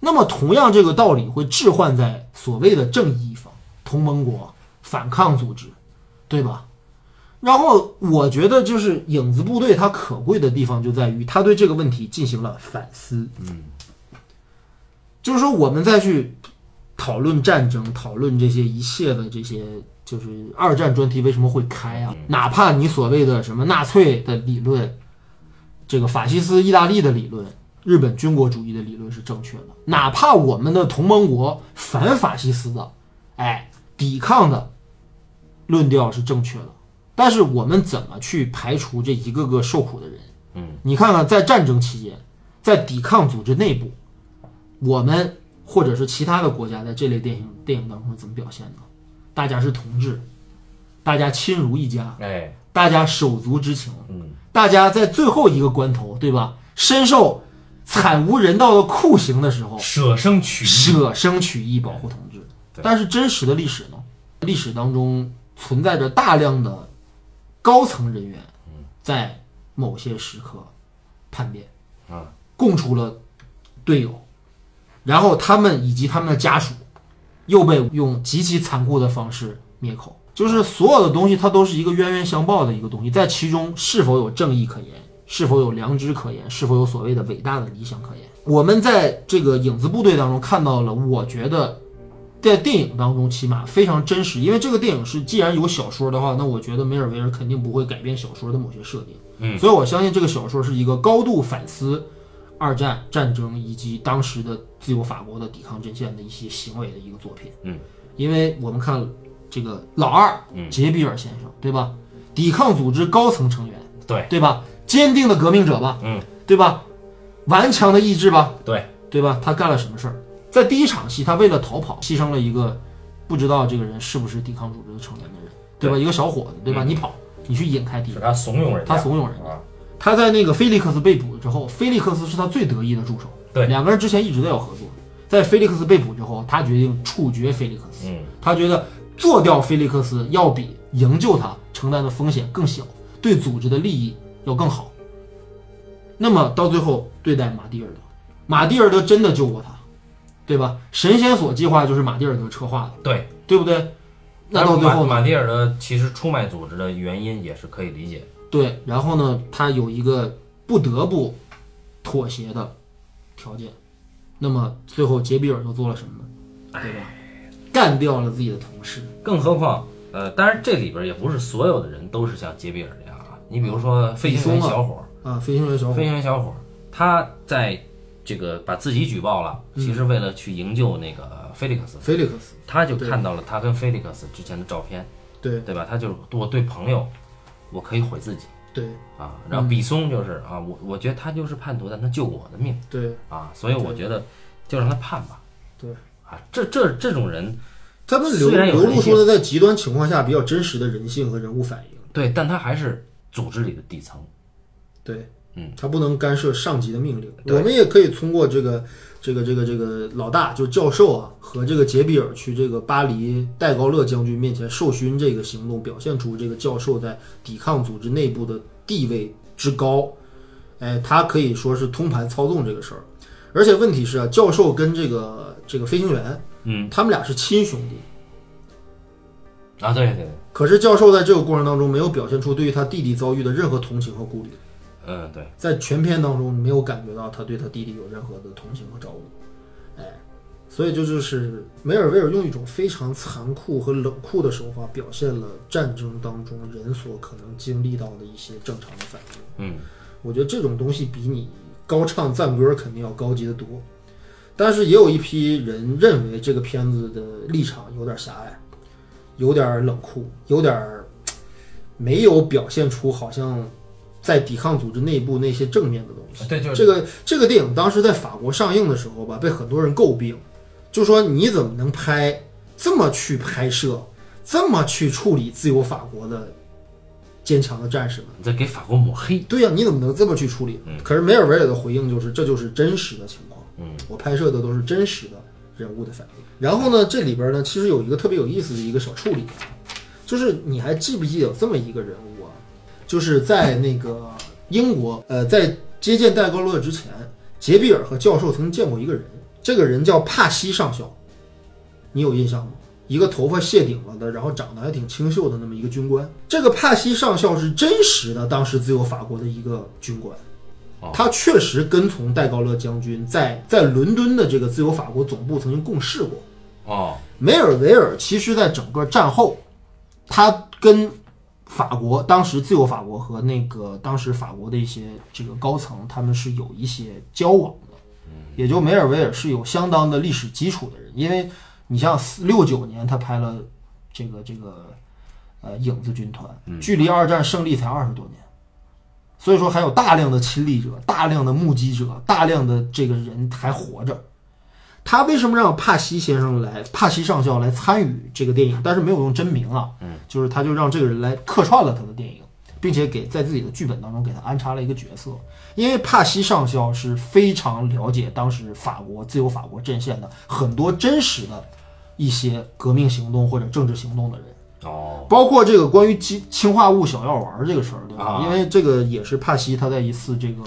Speaker 2: 那么同样这个道理会置换在所谓的正义一方，同盟国、反抗组织，对吧？然后我觉得就是影子部队它可贵的地方就在于它对这个问题进行了反思。嗯，就是说我们再去讨论战争，讨论这些一切的这些，就是二战专题为什么会开啊？哪怕你所谓的什么纳粹的理论，这个法西斯意大利的理论，日本军国主义的理论是正确的，哪怕我们的同盟国反法西斯的，哎，抵抗的论调是正确的，但是我们怎么去排除这一个个受苦的人？嗯，你看看在战争期间，在抵抗组织内部，我们或者是其他的国家在这类电影电影当中怎么表现呢？大家是同志，大家亲如一家，
Speaker 1: 哎，
Speaker 2: 大家手足之情，
Speaker 1: 嗯，
Speaker 2: 大家在最后一个关头，对吧？深受惨无人道的酷刑的时候，
Speaker 3: 舍生取义，
Speaker 2: 舍生取义保护同志
Speaker 1: 对。
Speaker 2: 但是真实的历史呢？历史当中存在着大量的高层人员在某些时刻叛变，
Speaker 1: 啊，
Speaker 2: 供出了队友，然后他们以及他们的家属又被用极其残酷的方式灭口。就是所有的东西，它都是一个冤冤相报的一个东西，在其中是否有正义可言，是否有良知可言，是否有所谓的伟大的理想可言？我们在这个影子部队当中看到了，我觉得在电影当中起码非常真实，因为这个电影是既然有小说的话，那我觉得梅尔维尔肯定不会改变小说的某些设定，
Speaker 1: 嗯，
Speaker 2: 所以我相信这个小说是一个高度反思二战战争以及当时的自由法国的抵抗阵线的一些行为的一个作品，
Speaker 1: 嗯，
Speaker 2: 因为我们看这个老二，
Speaker 1: 嗯
Speaker 2: 杰比尔先生，对吧？抵抗组织高层成员，
Speaker 1: 对
Speaker 2: 对吧？坚定的革命者吧，
Speaker 1: 嗯，
Speaker 2: 对吧？顽强的意志吧，
Speaker 1: 对，
Speaker 2: 对吧？他干了什么事儿？在第一场戏，他为了逃跑，牺牲了一个不知道这个人是不是抵抗组织的成员的人，对吧？一个小伙子，对
Speaker 1: 嗯
Speaker 2: 吧？你跑，你去引开敌
Speaker 1: 是
Speaker 2: 人，
Speaker 1: 他怂恿人家，
Speaker 2: 他怂恿人。
Speaker 1: 啊，
Speaker 2: 他在那个菲利克斯被捕之后，菲利克斯是他最得意的助手，
Speaker 1: 对
Speaker 2: 两个人之前一直都要合作。在菲利克斯被捕之后，他决定处决菲利克斯，
Speaker 1: 嗯，
Speaker 2: 他觉得做掉菲利克斯要比营救他承担的风险更小，对组织的利益要更好。那么到最后对待马蒂尔德，马蒂尔德真的救过他，对吧？神仙所计划就是马蒂尔德策划的，
Speaker 1: 对。
Speaker 2: 对不对？那到最后呢？
Speaker 1: 马马蒂尔的其实出卖组织的原因也是可以理解的，
Speaker 2: 对，然后呢，他有一个不得不妥协的条件。那么最后杰比尔又做了什么呢？对吧？干掉了自己的同事。
Speaker 1: 更何况，呃，当然这里边也不是所有的人都是像杰比尔这样啊。你比如说飞行员小伙儿，
Speaker 2: 啊，飞行员小伙
Speaker 1: 飞行员小伙儿，他在这个把自己举报了，其
Speaker 2: 嗯
Speaker 1: 实为了去营救那个菲利克斯，
Speaker 2: 菲利克斯，
Speaker 1: 他就
Speaker 2: 对
Speaker 1: 看到了他跟菲利克斯之前的照片，
Speaker 2: 对
Speaker 1: 对吧？他就是我对朋友，我可以毁自己
Speaker 2: 对
Speaker 1: 啊。然
Speaker 2: 嗯
Speaker 1: 后比松就是啊，我我觉得他就是叛徒，但他救我的命
Speaker 2: 对，
Speaker 1: 啊，所以我觉得就让他叛吧。
Speaker 2: 对
Speaker 1: 啊，这这这种人，
Speaker 2: 他们流
Speaker 1: 虽然有
Speaker 2: 流
Speaker 1: 人
Speaker 2: 露
Speaker 1: 性
Speaker 2: 出的在极端情况下比较真实的人性和人物反应。
Speaker 1: 对，但他还是组织里的底层。
Speaker 2: 对，
Speaker 1: 嗯，
Speaker 2: 他不能干涉上级的命令。
Speaker 1: 对
Speaker 2: 我们也可以通过这个这个这个这个老大，就是教授啊，和这个杰比尔去这个巴黎戴高乐将军面前授勋这个行动，表现出这个教授在抵抗组织内部的地位之高。哎，他可以说是通盘操纵这个事儿。而且问题是啊，教授跟这个这个飞行员，
Speaker 1: 嗯
Speaker 2: 他们俩是亲兄弟。
Speaker 1: 啊，对对对，
Speaker 2: 可是教授在这个过程当中没有表现出对于他弟弟遭遇的任何同情和顾虑。
Speaker 1: 嗯对，
Speaker 2: 在全片当中没有感觉到他对他弟弟有任何的同情和照顾，哎，所以这就是梅尔维尔用一种非常残酷和冷酷的手法，表现了战争当中人所可能经历到的一些正常的反应。
Speaker 1: 嗯
Speaker 2: 我觉得这种东西比你高唱赞歌肯定要高级的多。但是也有一批人认为这个片子的立场有点狭隘，有点冷酷，有点儿嘖没有表现出好像在抵抗组织内部那些正面的东西。
Speaker 1: 啊对就是
Speaker 2: 这个这个电影当时在法国上映的时候吧，被很多人诟病，就说你怎么能拍这么去拍摄，这么去处理自由法国的坚强的战士们？
Speaker 1: 你在给法国抹黑。
Speaker 2: 对呀、你怎么能这么去处理？可是梅尔维尔的回应就是，这就是真实的情况。
Speaker 1: 嗯，
Speaker 2: 我拍摄的都是真实的人物的反应。然后呢，这里边呢，其实有一个特别有意思的一个小处理，就是你还记不记得有这么一个人物啊？就是在那个英国，呃，在接见戴高乐之前，杰比尔和教授曾经见过一个人，这个人叫帕西上校，你有印象吗？一个头发谢顶了的，然后长得还挺清秀的那么一个军官。这个帕西上校是真实的，当时自由法国的一个军官
Speaker 1: 哦，
Speaker 2: 他确实跟从戴高乐将军在在伦敦的这个自由法国总部曾经共事过。
Speaker 1: 哦，
Speaker 2: 梅尔维尔其实在整个战后，他跟法国当时自由法国和那个当时法国的一些这个高层，他们是有一些交往的，也就梅尔维尔是有相当的历史基础的人，因为你像六九年他拍了这个这个呃影子军团，距离二战胜利才二十多年。所以说，还有大量的亲历者、大量的目击者、大量的这个人还活着，他为什么让帕西先生来，帕西上校来参与这个电影，但是没有用真名啊，嗯，就是他就让这个人来客串了他的电影，并且给在自己的剧本当中给他安插了一个角色，因为帕西上校是非常了解当时法国自由法国阵线的很多真实的一些革命行动或者政治行动的人。
Speaker 1: 哦，
Speaker 2: 包括这个关于氰氰化物小药丸儿这个事儿，对吧？
Speaker 1: 啊
Speaker 2: 因为这个也是帕西他在一次这个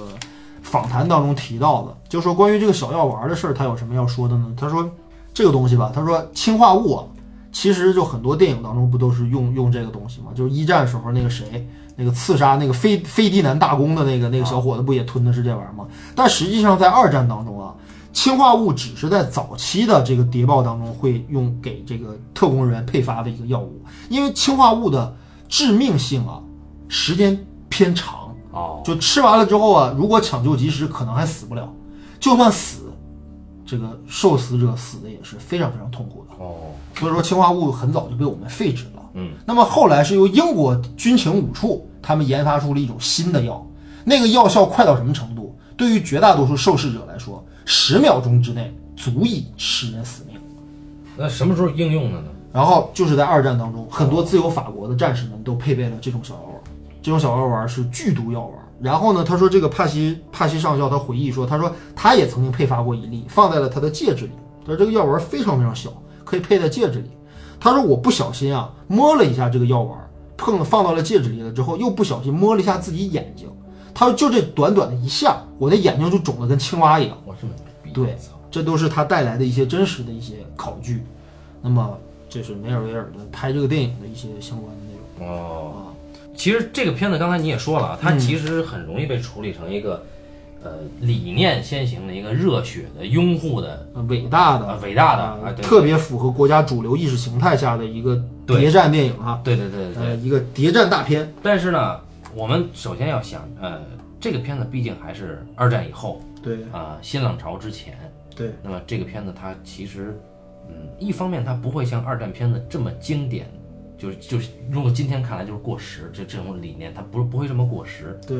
Speaker 2: 访谈当中提到的，就说关于这个小药丸儿的事儿，他有什么要说的呢？他说这个东西吧，他说氰化物啊，其实就很多电影当中不都是用用这个东西吗？就是一战时候那个谁，那个刺杀那个飞飞地南大公的那个那个小伙子，不也吞的是这玩意儿吗？但实际上在二战当中啊，氰化物只是在早期的这个谍报当中会用给这个特工人员配发的一个药物，因为氰化物的致命性啊，时间偏长，
Speaker 1: 哦，
Speaker 2: 就吃完了之后啊，如果抢救及时，可能还死不了，就算死，这个受死者死的也是非常非常痛苦的。
Speaker 1: 哦，
Speaker 2: 所以说氰化物很早就被我们废止了。
Speaker 1: 嗯，
Speaker 2: 那么后来是由英国军情五处他们研发出了一种新的药，那个药效快到什么程度？对于绝大多数受试者来说，十秒钟之内足以使人死命。
Speaker 1: 那什么时候应用的呢？
Speaker 2: 然后就是在二战当中，很多自由法国的战士们都配备了这种小药丸儿，这种小药丸儿是剧毒药丸儿。然后呢，他说这个帕西帕西上校他回忆说，他说他也曾经配发过一粒，放在了他的戒指里。他说这个药丸儿非常非常小，可以配在戒指里。他说我不小心啊摸了一下这个药丸儿，碰了放到了戒指里了之后，又不小心摸了一下自己眼睛。他说就这短短的一下，我的眼睛就肿得跟青蛙一样。
Speaker 1: 我这么逼，
Speaker 2: 对
Speaker 1: 操，
Speaker 2: 这都是他带来的一些真实的一些考据。那么，这是梅尔维尔的拍这个电影的一些相关的内容
Speaker 1: 哦。
Speaker 2: 啊。
Speaker 1: 其实这个片子刚才你也说了啊，它
Speaker 2: 嗯
Speaker 1: 其实很容易被处理成一个，呃，理念先行的一个热血的拥护的
Speaker 2: 呃伟大
Speaker 1: 啊
Speaker 2: 的、
Speaker 1: 伟大的
Speaker 2: 啊
Speaker 1: 啊，对
Speaker 2: 特别符合国家主流意识形态下的一个
Speaker 1: 对
Speaker 2: 谍战电影哈，
Speaker 1: 对对对对
Speaker 2: 呃，
Speaker 1: 对。
Speaker 2: 一个谍战大片。
Speaker 1: 但是呢，我们首先要想，呃，这个片子毕竟还是二战以后
Speaker 2: 对
Speaker 1: 啊、新浪潮之前，
Speaker 2: 对，
Speaker 1: 那么这个片子它其实，嗯，一方面它不会像二战片子这么经典，就是就是如果今天看来就是过时，这这种理念它不不会这么过时。
Speaker 2: 对，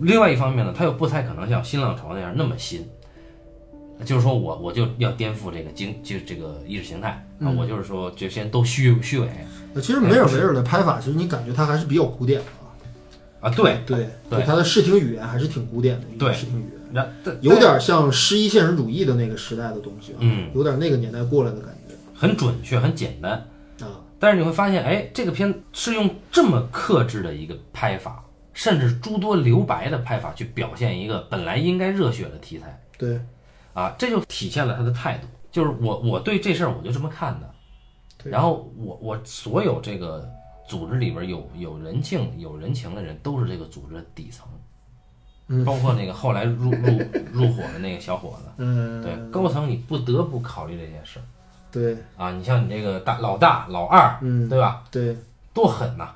Speaker 1: 另外一方面呢，它又不太可能像新浪潮那样那么新，就是说我我就要颠覆这个经就这个意识形态啊，
Speaker 2: 嗯
Speaker 1: 我就是说就先都虚虚伪
Speaker 2: 呃其实梅尔维尔的拍法，其实你感觉他还是比较古典的啊。
Speaker 1: 啊，对，
Speaker 2: 对
Speaker 1: 对
Speaker 2: 就他的视听语言还是挺古典的一个
Speaker 1: 对
Speaker 2: 视听语言，
Speaker 1: 然但
Speaker 2: 有点像十一现实主义的那个时代的东西啊，
Speaker 1: 嗯，
Speaker 2: 有点那个年代过来的感觉
Speaker 1: 很准确，很简单，
Speaker 2: 啊。
Speaker 1: 但是你会发现，哎，这个片是用这么克制的一个拍法，甚至诸多留白的拍法去表现一个本来应该热血的题材
Speaker 2: 对
Speaker 1: 啊，这就体现了他的态度，就是我我对这事儿我就这么看的。
Speaker 2: 对，
Speaker 1: 然后我我所有这个组织里边有有人情有人情的人，都是这个组织的底层，
Speaker 2: 嗯
Speaker 1: 包括那个后来
Speaker 2: *laughs*
Speaker 1: 入入入伙的那个小伙子，
Speaker 2: 嗯，
Speaker 1: 对高层你不得不考虑这件事
Speaker 2: 对
Speaker 1: 啊。你像你这个大老大老二，
Speaker 2: 嗯
Speaker 1: 对吧？
Speaker 2: 对，
Speaker 1: 多狠呐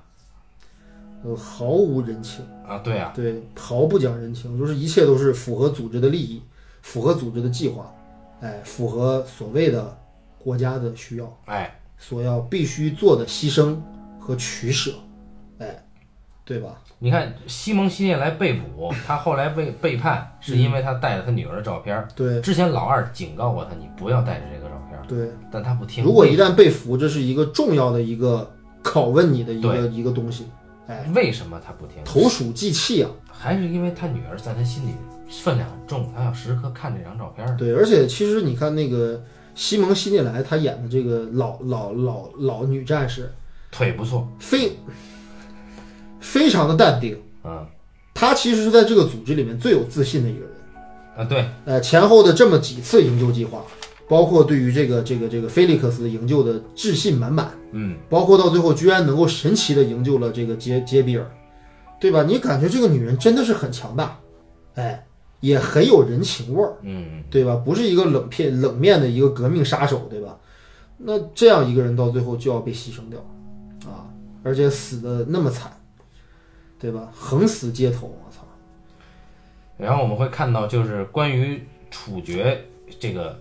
Speaker 2: 呃，毫无人情，
Speaker 1: 啊对啊，
Speaker 2: 对，毫不讲人情，就是一切都是符合组织的利益，符合组织的计划，哎，符合所谓的国家的需要，
Speaker 1: 哎，
Speaker 2: 所要必须做的牺牲和取舍，哎，对吧？
Speaker 1: 你看西蒙希涅莱被捕，他后来被背叛，是因为他带着他女儿的照片儿。
Speaker 2: 对
Speaker 1: 之前老二警告过他，你不要带着这个照片儿，
Speaker 2: 对，
Speaker 1: 但他不听。
Speaker 2: 如果一旦被俘，这是一个重要的一个拷问你的一个一个东西，哎，
Speaker 1: 为什么他不听？
Speaker 2: 投鼠忌器啊。
Speaker 1: 还是因为他女儿在他心里分量很重，他要时刻看这张照片儿。
Speaker 2: 对，而且其实你看那个西蒙希涅莱，她演的这个老老老老女战士，
Speaker 1: 腿不错，
Speaker 2: 非非常的淡定。
Speaker 1: 嗯，
Speaker 2: 她其实是在这个组织里面最有自信的一个人。
Speaker 1: 啊对，
Speaker 2: 呃，前后的这么几次营救计划，包括对于这个这个这个菲利克斯的营救的自信满满，
Speaker 1: 嗯，
Speaker 2: 包括到最后居然能够神奇的营救了这个杰杰比尔，对吧？你感觉这个女人真的是很强大，哎，也很有人情味儿。
Speaker 1: 嗯，
Speaker 2: 对吧？不是一个冷片冷面的一个革命杀手，对吧？那这样一个人到最后就要被牺牲掉，啊，而且死的那么惨，对吧？横死街头，我操！
Speaker 1: 然后我们会看到就是关于处决这个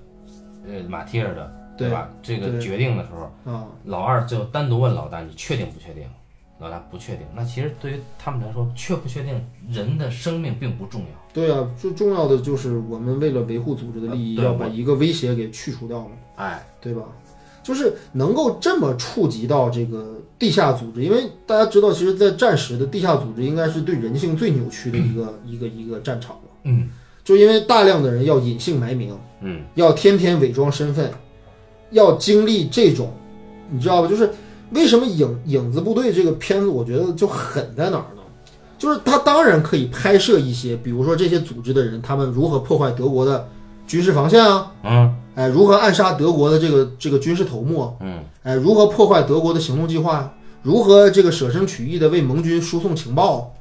Speaker 1: 呃马蒂尔的，
Speaker 2: 对
Speaker 1: 吧？这个
Speaker 2: 对
Speaker 1: 决定的时候，
Speaker 2: 啊，
Speaker 1: 老二就单独问老大，你确定不确定？老大不确定。那其实对于他们来说，确不确定人的生命并不重要。
Speaker 2: 对啊，最重要的就是我们为了维护组织的利益，
Speaker 1: 呃对
Speaker 2: 要把一个威胁给去除掉了，
Speaker 1: 哎，
Speaker 2: 对吧？就是能够这么触及到这个地下组织，因为大家知道，其实，在战时的地下组织应该是对人性最扭曲的一个、一个一个战场了。
Speaker 1: 嗯
Speaker 2: 就因为大量的人要隐姓埋名，
Speaker 1: 嗯，
Speaker 2: 要天天伪装身份，要经历这种，你知道吧？就是为什么影影子部队这个片子，我觉得就狠在哪儿呢？就是他当然可以拍摄一些，比如说这些组织的人，他们如何破坏德国的军事防线啊，
Speaker 1: 嗯
Speaker 2: 哎，如何暗杀德国的这个这个军事头目啊，
Speaker 1: 嗯
Speaker 2: 哎，如何破坏德国的行动计划？如何这个舍身取义的为盟军输送情报？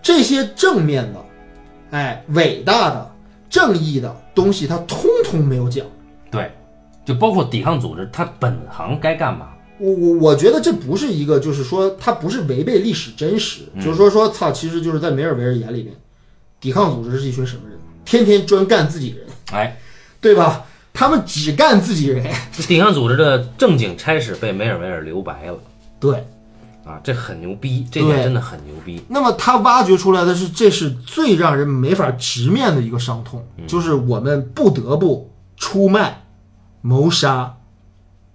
Speaker 2: 这些正面的，哎，伟大的、正义的东西，他通通没有讲。
Speaker 3: 对，就包括抵抗组织，它本行该干嘛？
Speaker 2: 我我我觉得这不是一个，就是说它不是违背历史真实，就是说说操，其实就是在梅尔维尔眼里面，抵抗组织是一群什么人？天天专干自己人，
Speaker 3: 哎，
Speaker 2: 对吧？他们只干自己人。 *laughs*
Speaker 3: 这抵抗组织的正经差事被梅尔维尔留白了
Speaker 2: 对，
Speaker 3: 啊，这很牛逼，这
Speaker 2: 对
Speaker 3: 点真的很牛逼。
Speaker 2: 那么他挖掘出来的是，这是最让人没法直面的一个伤痛，
Speaker 3: 嗯
Speaker 2: 就是我们不得不出卖、谋杀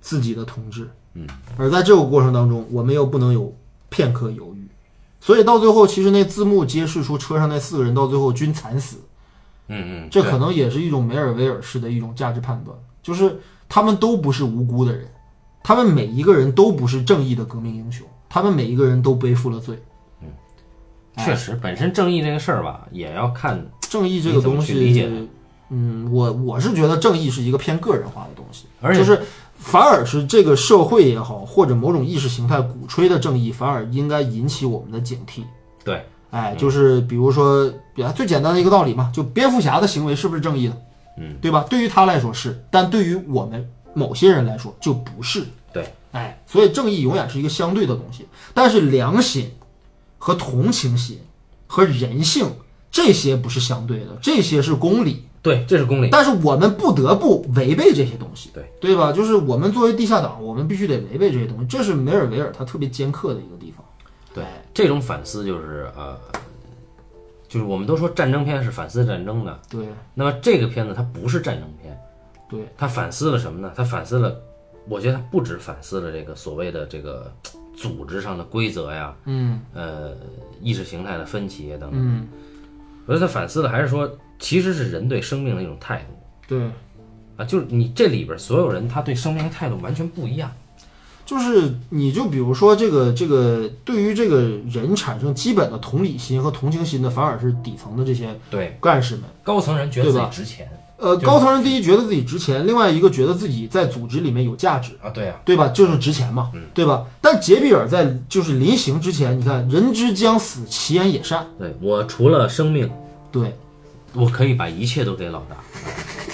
Speaker 2: 自己的同志。嗯，而在这个过程当中，我们又不能有片刻犹豫，所以到最后，其实那字幕揭示出车上那四个人到最后均惨死，
Speaker 3: 嗯嗯，
Speaker 2: 这
Speaker 3: 对
Speaker 2: 可能也是一种梅尔维尔式的一种价值判断，就是他们都不是无辜的人，他们每一个人都不是正义的革命英雄，他们每一个人都背负了罪。哎
Speaker 3: 确实，本身正义这个事儿吧，也要看
Speaker 2: 正义这个东西，
Speaker 3: 你怎么去理解它
Speaker 2: 嗯，我我是觉得正义是一个偏个人化的东西，
Speaker 3: 而且
Speaker 2: 就是反而是这个社会也好，或者某种意识形态鼓吹的正义，反而应该引起我们的警惕。
Speaker 3: 对，
Speaker 2: 哎，
Speaker 3: 嗯
Speaker 2: 就是比如说，比最简单的一个道理嘛，就蝙蝠侠的行为是不是正义的？
Speaker 3: 嗯，
Speaker 2: 对吧？对于他来说是，但对于我们某些人来说就不是。
Speaker 3: 对，
Speaker 2: 哎，所以正义永远是一个相对的东西，但是良心和同情心和人性这些不是相对的，这些是公理。
Speaker 3: 对，这是公理。
Speaker 2: 但是我们不得不违背这些东西，
Speaker 3: 对
Speaker 2: 对吧？就是我们作为地下党，我们必须得违背这些东西，这是梅尔维尔他特别尖刻的一个地方。
Speaker 3: 对，这种反思就是呃，就是我们都说战争片是反思战争的，
Speaker 2: 对
Speaker 3: 那么这个片子它不是战争片，
Speaker 2: 对，
Speaker 3: 它反思了什么呢？它反思了，我觉得它不止反思了这个所谓的这个呃组织上的规则呀，
Speaker 2: 嗯
Speaker 3: 呃，意识形态的分歧呀等等。
Speaker 2: 嗯，
Speaker 3: 我觉得它反思的还是说，其实是人对生命的一种态度
Speaker 2: 对，
Speaker 3: 啊，就是你这里边所有人他对生命的态度完全不一样。
Speaker 2: 就是你就比如说这个这个，对于这个人产生基本的同理心和同情心的，反而是底层的这些
Speaker 3: 对，
Speaker 2: 干事们。
Speaker 3: 高层人觉得自
Speaker 2: 对
Speaker 3: 己
Speaker 2: 吧
Speaker 1: 值钱
Speaker 2: 呃，
Speaker 1: 就是
Speaker 2: 高层人第一觉得自己值钱，另外一个觉得自己在组织里面有价值，
Speaker 1: 啊，对呀、
Speaker 2: 对吧？就是值钱嘛，对吧？但杰比尔在就是临行之前，你看“人之将死，其言也善
Speaker 3: 对我除了生命，”，
Speaker 2: 对，
Speaker 3: 我可以把一切都给老大，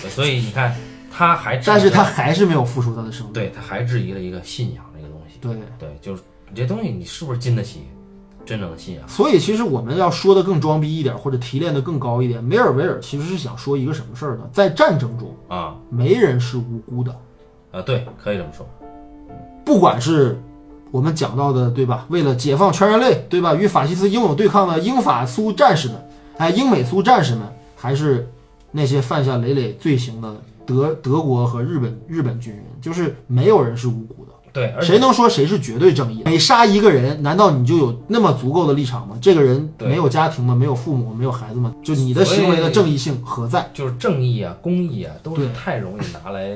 Speaker 1: 对所以你看，他还质疑
Speaker 2: 但是他还是没有付出他的生命，
Speaker 1: 对他还质疑了一个信仰这个东西，
Speaker 2: 对。
Speaker 1: 对，就是你这东西你是不是经得起真正的信仰？
Speaker 2: 所以其实我们要说的更装逼一点，或者提炼的更高一点，梅尔维尔其实是想说一个什么事儿呢？在战争中，
Speaker 1: 啊
Speaker 2: 没人是无辜的，
Speaker 1: 啊，对，可以这么说，
Speaker 2: 不管是我们讲到的，对吧？为了解放全人类，对吧？与法西斯英勇对抗的英法苏战士们，哎，英美苏战士们，还是那些犯下累累罪行的德德国和日本日本军人，就是没有人是无辜的。
Speaker 1: 对，而且
Speaker 2: 谁能说谁是绝对正义的？每杀一个人，难道你就有那么足够的立场吗？这个人
Speaker 1: 对
Speaker 2: 没有家庭吗？没有父母，没有孩子吗？就你的行为的正义性何在？
Speaker 1: 就是正义啊、公义啊，都是
Speaker 2: 对
Speaker 1: 太容易拿来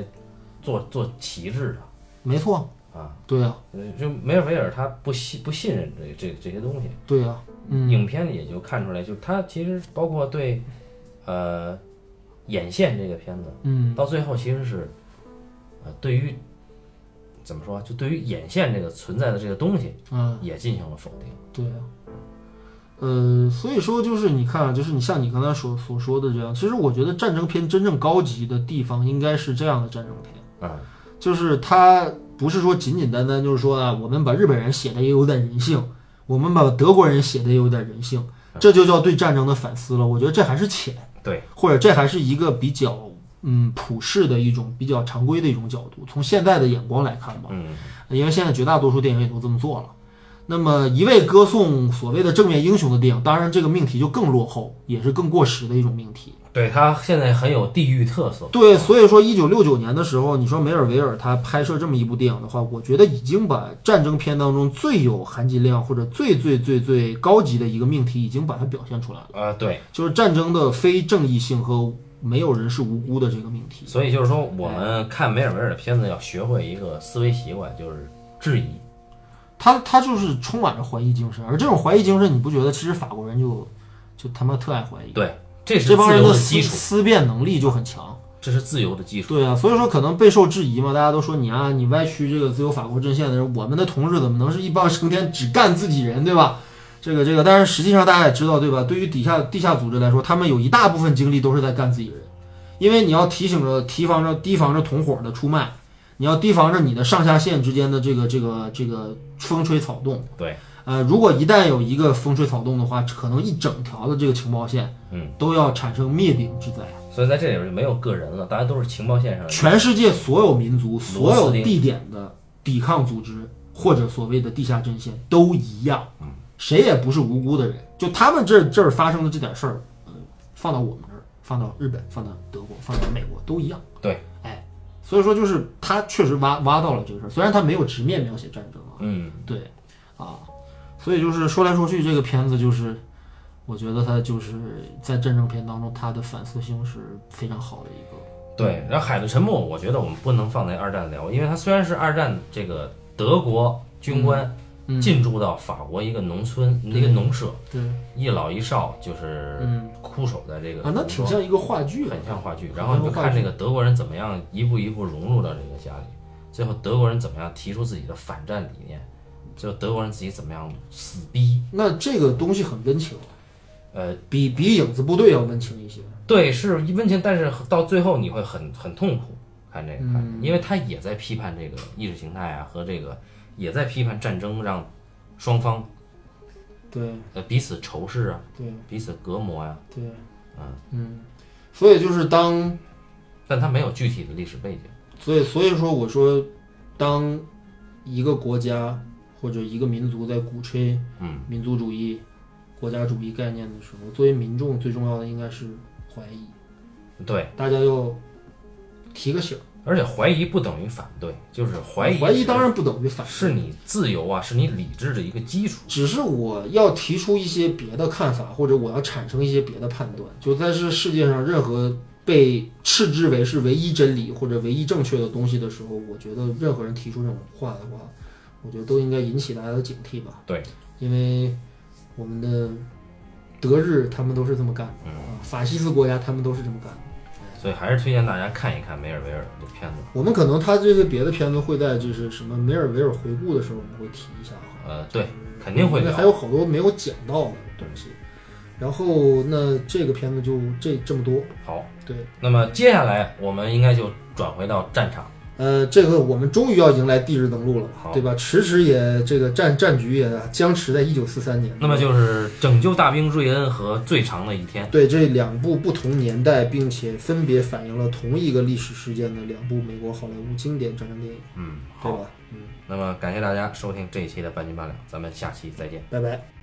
Speaker 1: 做做旗帜的。
Speaker 2: 没错
Speaker 1: 啊，
Speaker 2: 对啊，
Speaker 1: 呃就梅尔维尔他不信不信任这这这些东西，
Speaker 2: 对啊，嗯，
Speaker 1: 影片里也就看出来，就是他其实包括对，呃，眼线这个片子，
Speaker 2: 嗯，
Speaker 1: 到最后其实是，呃，对于怎么说，就对于眼线这个存在的这个东西
Speaker 2: 嗯。
Speaker 1: 也进行了否定。
Speaker 2: 对啊，呃，所以说就是你看啊，就是你像你刚才所所说的这样，其实我觉得战争片真正高级的地方应该是这样的战争片，
Speaker 1: 啊、
Speaker 2: 就是它不是说仅仅单单就是说啊，我们把日本人写的也有点人性，我们把德国人写的也有点人性，这就叫对战争的反思了。我觉得这还是浅，
Speaker 1: 对，
Speaker 2: 或者这还是一个比较。嗯，普世的一种比较常规的一种角度，从现在的眼光来看吧，
Speaker 1: 嗯，
Speaker 2: 因为现在绝大多数电影也都这么做了。那么一味歌颂所谓的正面英雄的电影，当然这个命题就更落后，也是更过时的一种命题。
Speaker 1: 对他现在很有地域特色，
Speaker 2: 对，所以说一九六九年的时候，你说梅尔维尔他拍摄这么一部电影的话，我觉得已经把战争片当中最有含金量或者最最最最高级的一个命题已经把它表现出来了，
Speaker 1: 呃，对，
Speaker 2: 就是战争的非正义性和没有人是无辜的这个命题。
Speaker 1: 所以就是说，我们看梅尔维尔的片子要学会一个思维习惯，就是质疑。
Speaker 2: 他他就是充满着怀疑精神，而这种怀疑精神，你不觉得其实法国人就就他妈特爱怀疑，
Speaker 1: 对，这是
Speaker 2: 这帮
Speaker 1: 自
Speaker 2: 人
Speaker 1: 由
Speaker 2: 的
Speaker 1: 的
Speaker 2: 思
Speaker 1: 基础，
Speaker 2: 思辨能力就很强。
Speaker 1: 这是自由的基础。
Speaker 2: 对啊，所以说可能备受质疑嘛，大家都说你啊，你歪曲这个自由法国阵线的人，我们的同志怎么能是一帮成天只干自己人，对吧？这个这个，但是实际上大家也知道，对吧？对于底下地下组织来说，他们有一大部分精力都是在干自己人，因为你要提醒着、提防着、提防着同伙的出卖，你要提防着你的上下线之间的这个这个这个风吹草动。
Speaker 1: 对，
Speaker 2: 呃，如果一旦有一个风吹草动的话，可能一整条的这个情报线，
Speaker 1: 嗯，
Speaker 2: 都要产生灭顶之灾。
Speaker 1: 所以在这里边就没有个人了，大家都是情报线上的。
Speaker 2: 全世界所有民族、所有地点的抵抗组织或者所谓的地下阵线都一样，
Speaker 1: 嗯
Speaker 2: 谁也不是无辜的人。就他们这这儿发生的这点事儿，呃，放到我们这儿，放到日本，放到德国，放到美国都一样。
Speaker 1: 对，
Speaker 2: 哎，所以说就是他确实挖挖到了这个事儿，虽然他没有直面描写战争啊，
Speaker 1: 嗯，
Speaker 2: 对，啊，所以就是说来说去，这个片子就是，我觉得它就是在战争片当中，它的反思性是非常好的一个。
Speaker 1: 对。然后《海的沉默》，我觉得我们不能放在二战聊，因为它虽然是二战这个德国军官
Speaker 2: 嗯
Speaker 1: 进驻到法国一个农村、一个农舍，
Speaker 2: 对，
Speaker 1: 一老一少就是
Speaker 2: 嗯
Speaker 1: 枯守在这个
Speaker 2: 啊，那
Speaker 1: 农
Speaker 2: 挺
Speaker 1: 庄
Speaker 2: 像一个话剧啊
Speaker 1: 很像话剧。
Speaker 2: 很
Speaker 1: 然后你就
Speaker 2: 像话
Speaker 1: 看
Speaker 2: 剧
Speaker 1: 这个德国人怎么样一步一步融入到这个家里，最后德国人怎么样提出自己的反战理念，最后德国人自己怎么样死逼。
Speaker 2: 那这个东西很温情，啊
Speaker 1: 呃，
Speaker 2: 比比影子部队要温情一些。
Speaker 1: 对，是一温情，但是到最后你会很很痛苦。看这个，看这
Speaker 2: 嗯
Speaker 1: 个，因为他也在批判这个意识形态啊，和这个也在批判战争让双方
Speaker 2: 对
Speaker 1: 呃彼此仇视啊，
Speaker 2: 对
Speaker 1: 彼此隔膜呀、
Speaker 2: 对，
Speaker 1: 嗯
Speaker 2: 嗯，所以就是当，
Speaker 1: 但他没有具体的历史背景。
Speaker 2: 所以所以说我说，当一个国家或者一个民族在鼓吹
Speaker 1: 嗯
Speaker 2: 民族主义、国家主义概念的时候，作为民众最重要的应该是怀疑，
Speaker 1: 对，
Speaker 2: 大家要提个醒儿。
Speaker 1: 而且怀疑不等于反对，就是怀疑
Speaker 2: 嗯怀疑当然不等于反对，
Speaker 1: 是你自由啊，是你理智的一个基础。
Speaker 2: 只是我要提出一些别的看法，或者我要产生一些别的判断。就在这世界上任何被斥之为是唯一真理或者唯一正确的东西的时候，我觉得任何人提出这种话的话，我觉得都应该引起大家的警惕吧。
Speaker 1: 对，
Speaker 2: 因为我们的德日他们都是这么干的，
Speaker 1: 嗯
Speaker 2: 啊法西斯国家他们都是这么干的。
Speaker 1: 所以还是推荐大家看一看梅尔维尔的片子。
Speaker 2: 我们可能他这些别的片子会在就是什么梅尔维尔回顾的时候，我们会提一下哈。
Speaker 1: 呃，对，肯定会
Speaker 2: 嗯因为
Speaker 1: 聊
Speaker 2: 还。有好多没有讲到的东西。然后那这个片子就这这么多，
Speaker 1: 好，
Speaker 2: 对，
Speaker 1: 那么接下来我们应该就转回到战场。
Speaker 2: 呃，这个我们终于要迎来地质登陆了
Speaker 1: 好，
Speaker 2: 对吧？迟迟也这个战战局也僵持在一九四三年。
Speaker 1: 那么就是《拯救大兵瑞恩》和《最长的一天》。
Speaker 2: 对这两部不同年代，并且分别反映了同一个历史事件的两部美国好莱坞经典战争电影，
Speaker 1: 嗯，
Speaker 2: 对
Speaker 1: 好。
Speaker 2: 吧？嗯，
Speaker 1: 那么感谢大家收听这一期的半斤八两，咱们下期再见。
Speaker 2: 拜拜。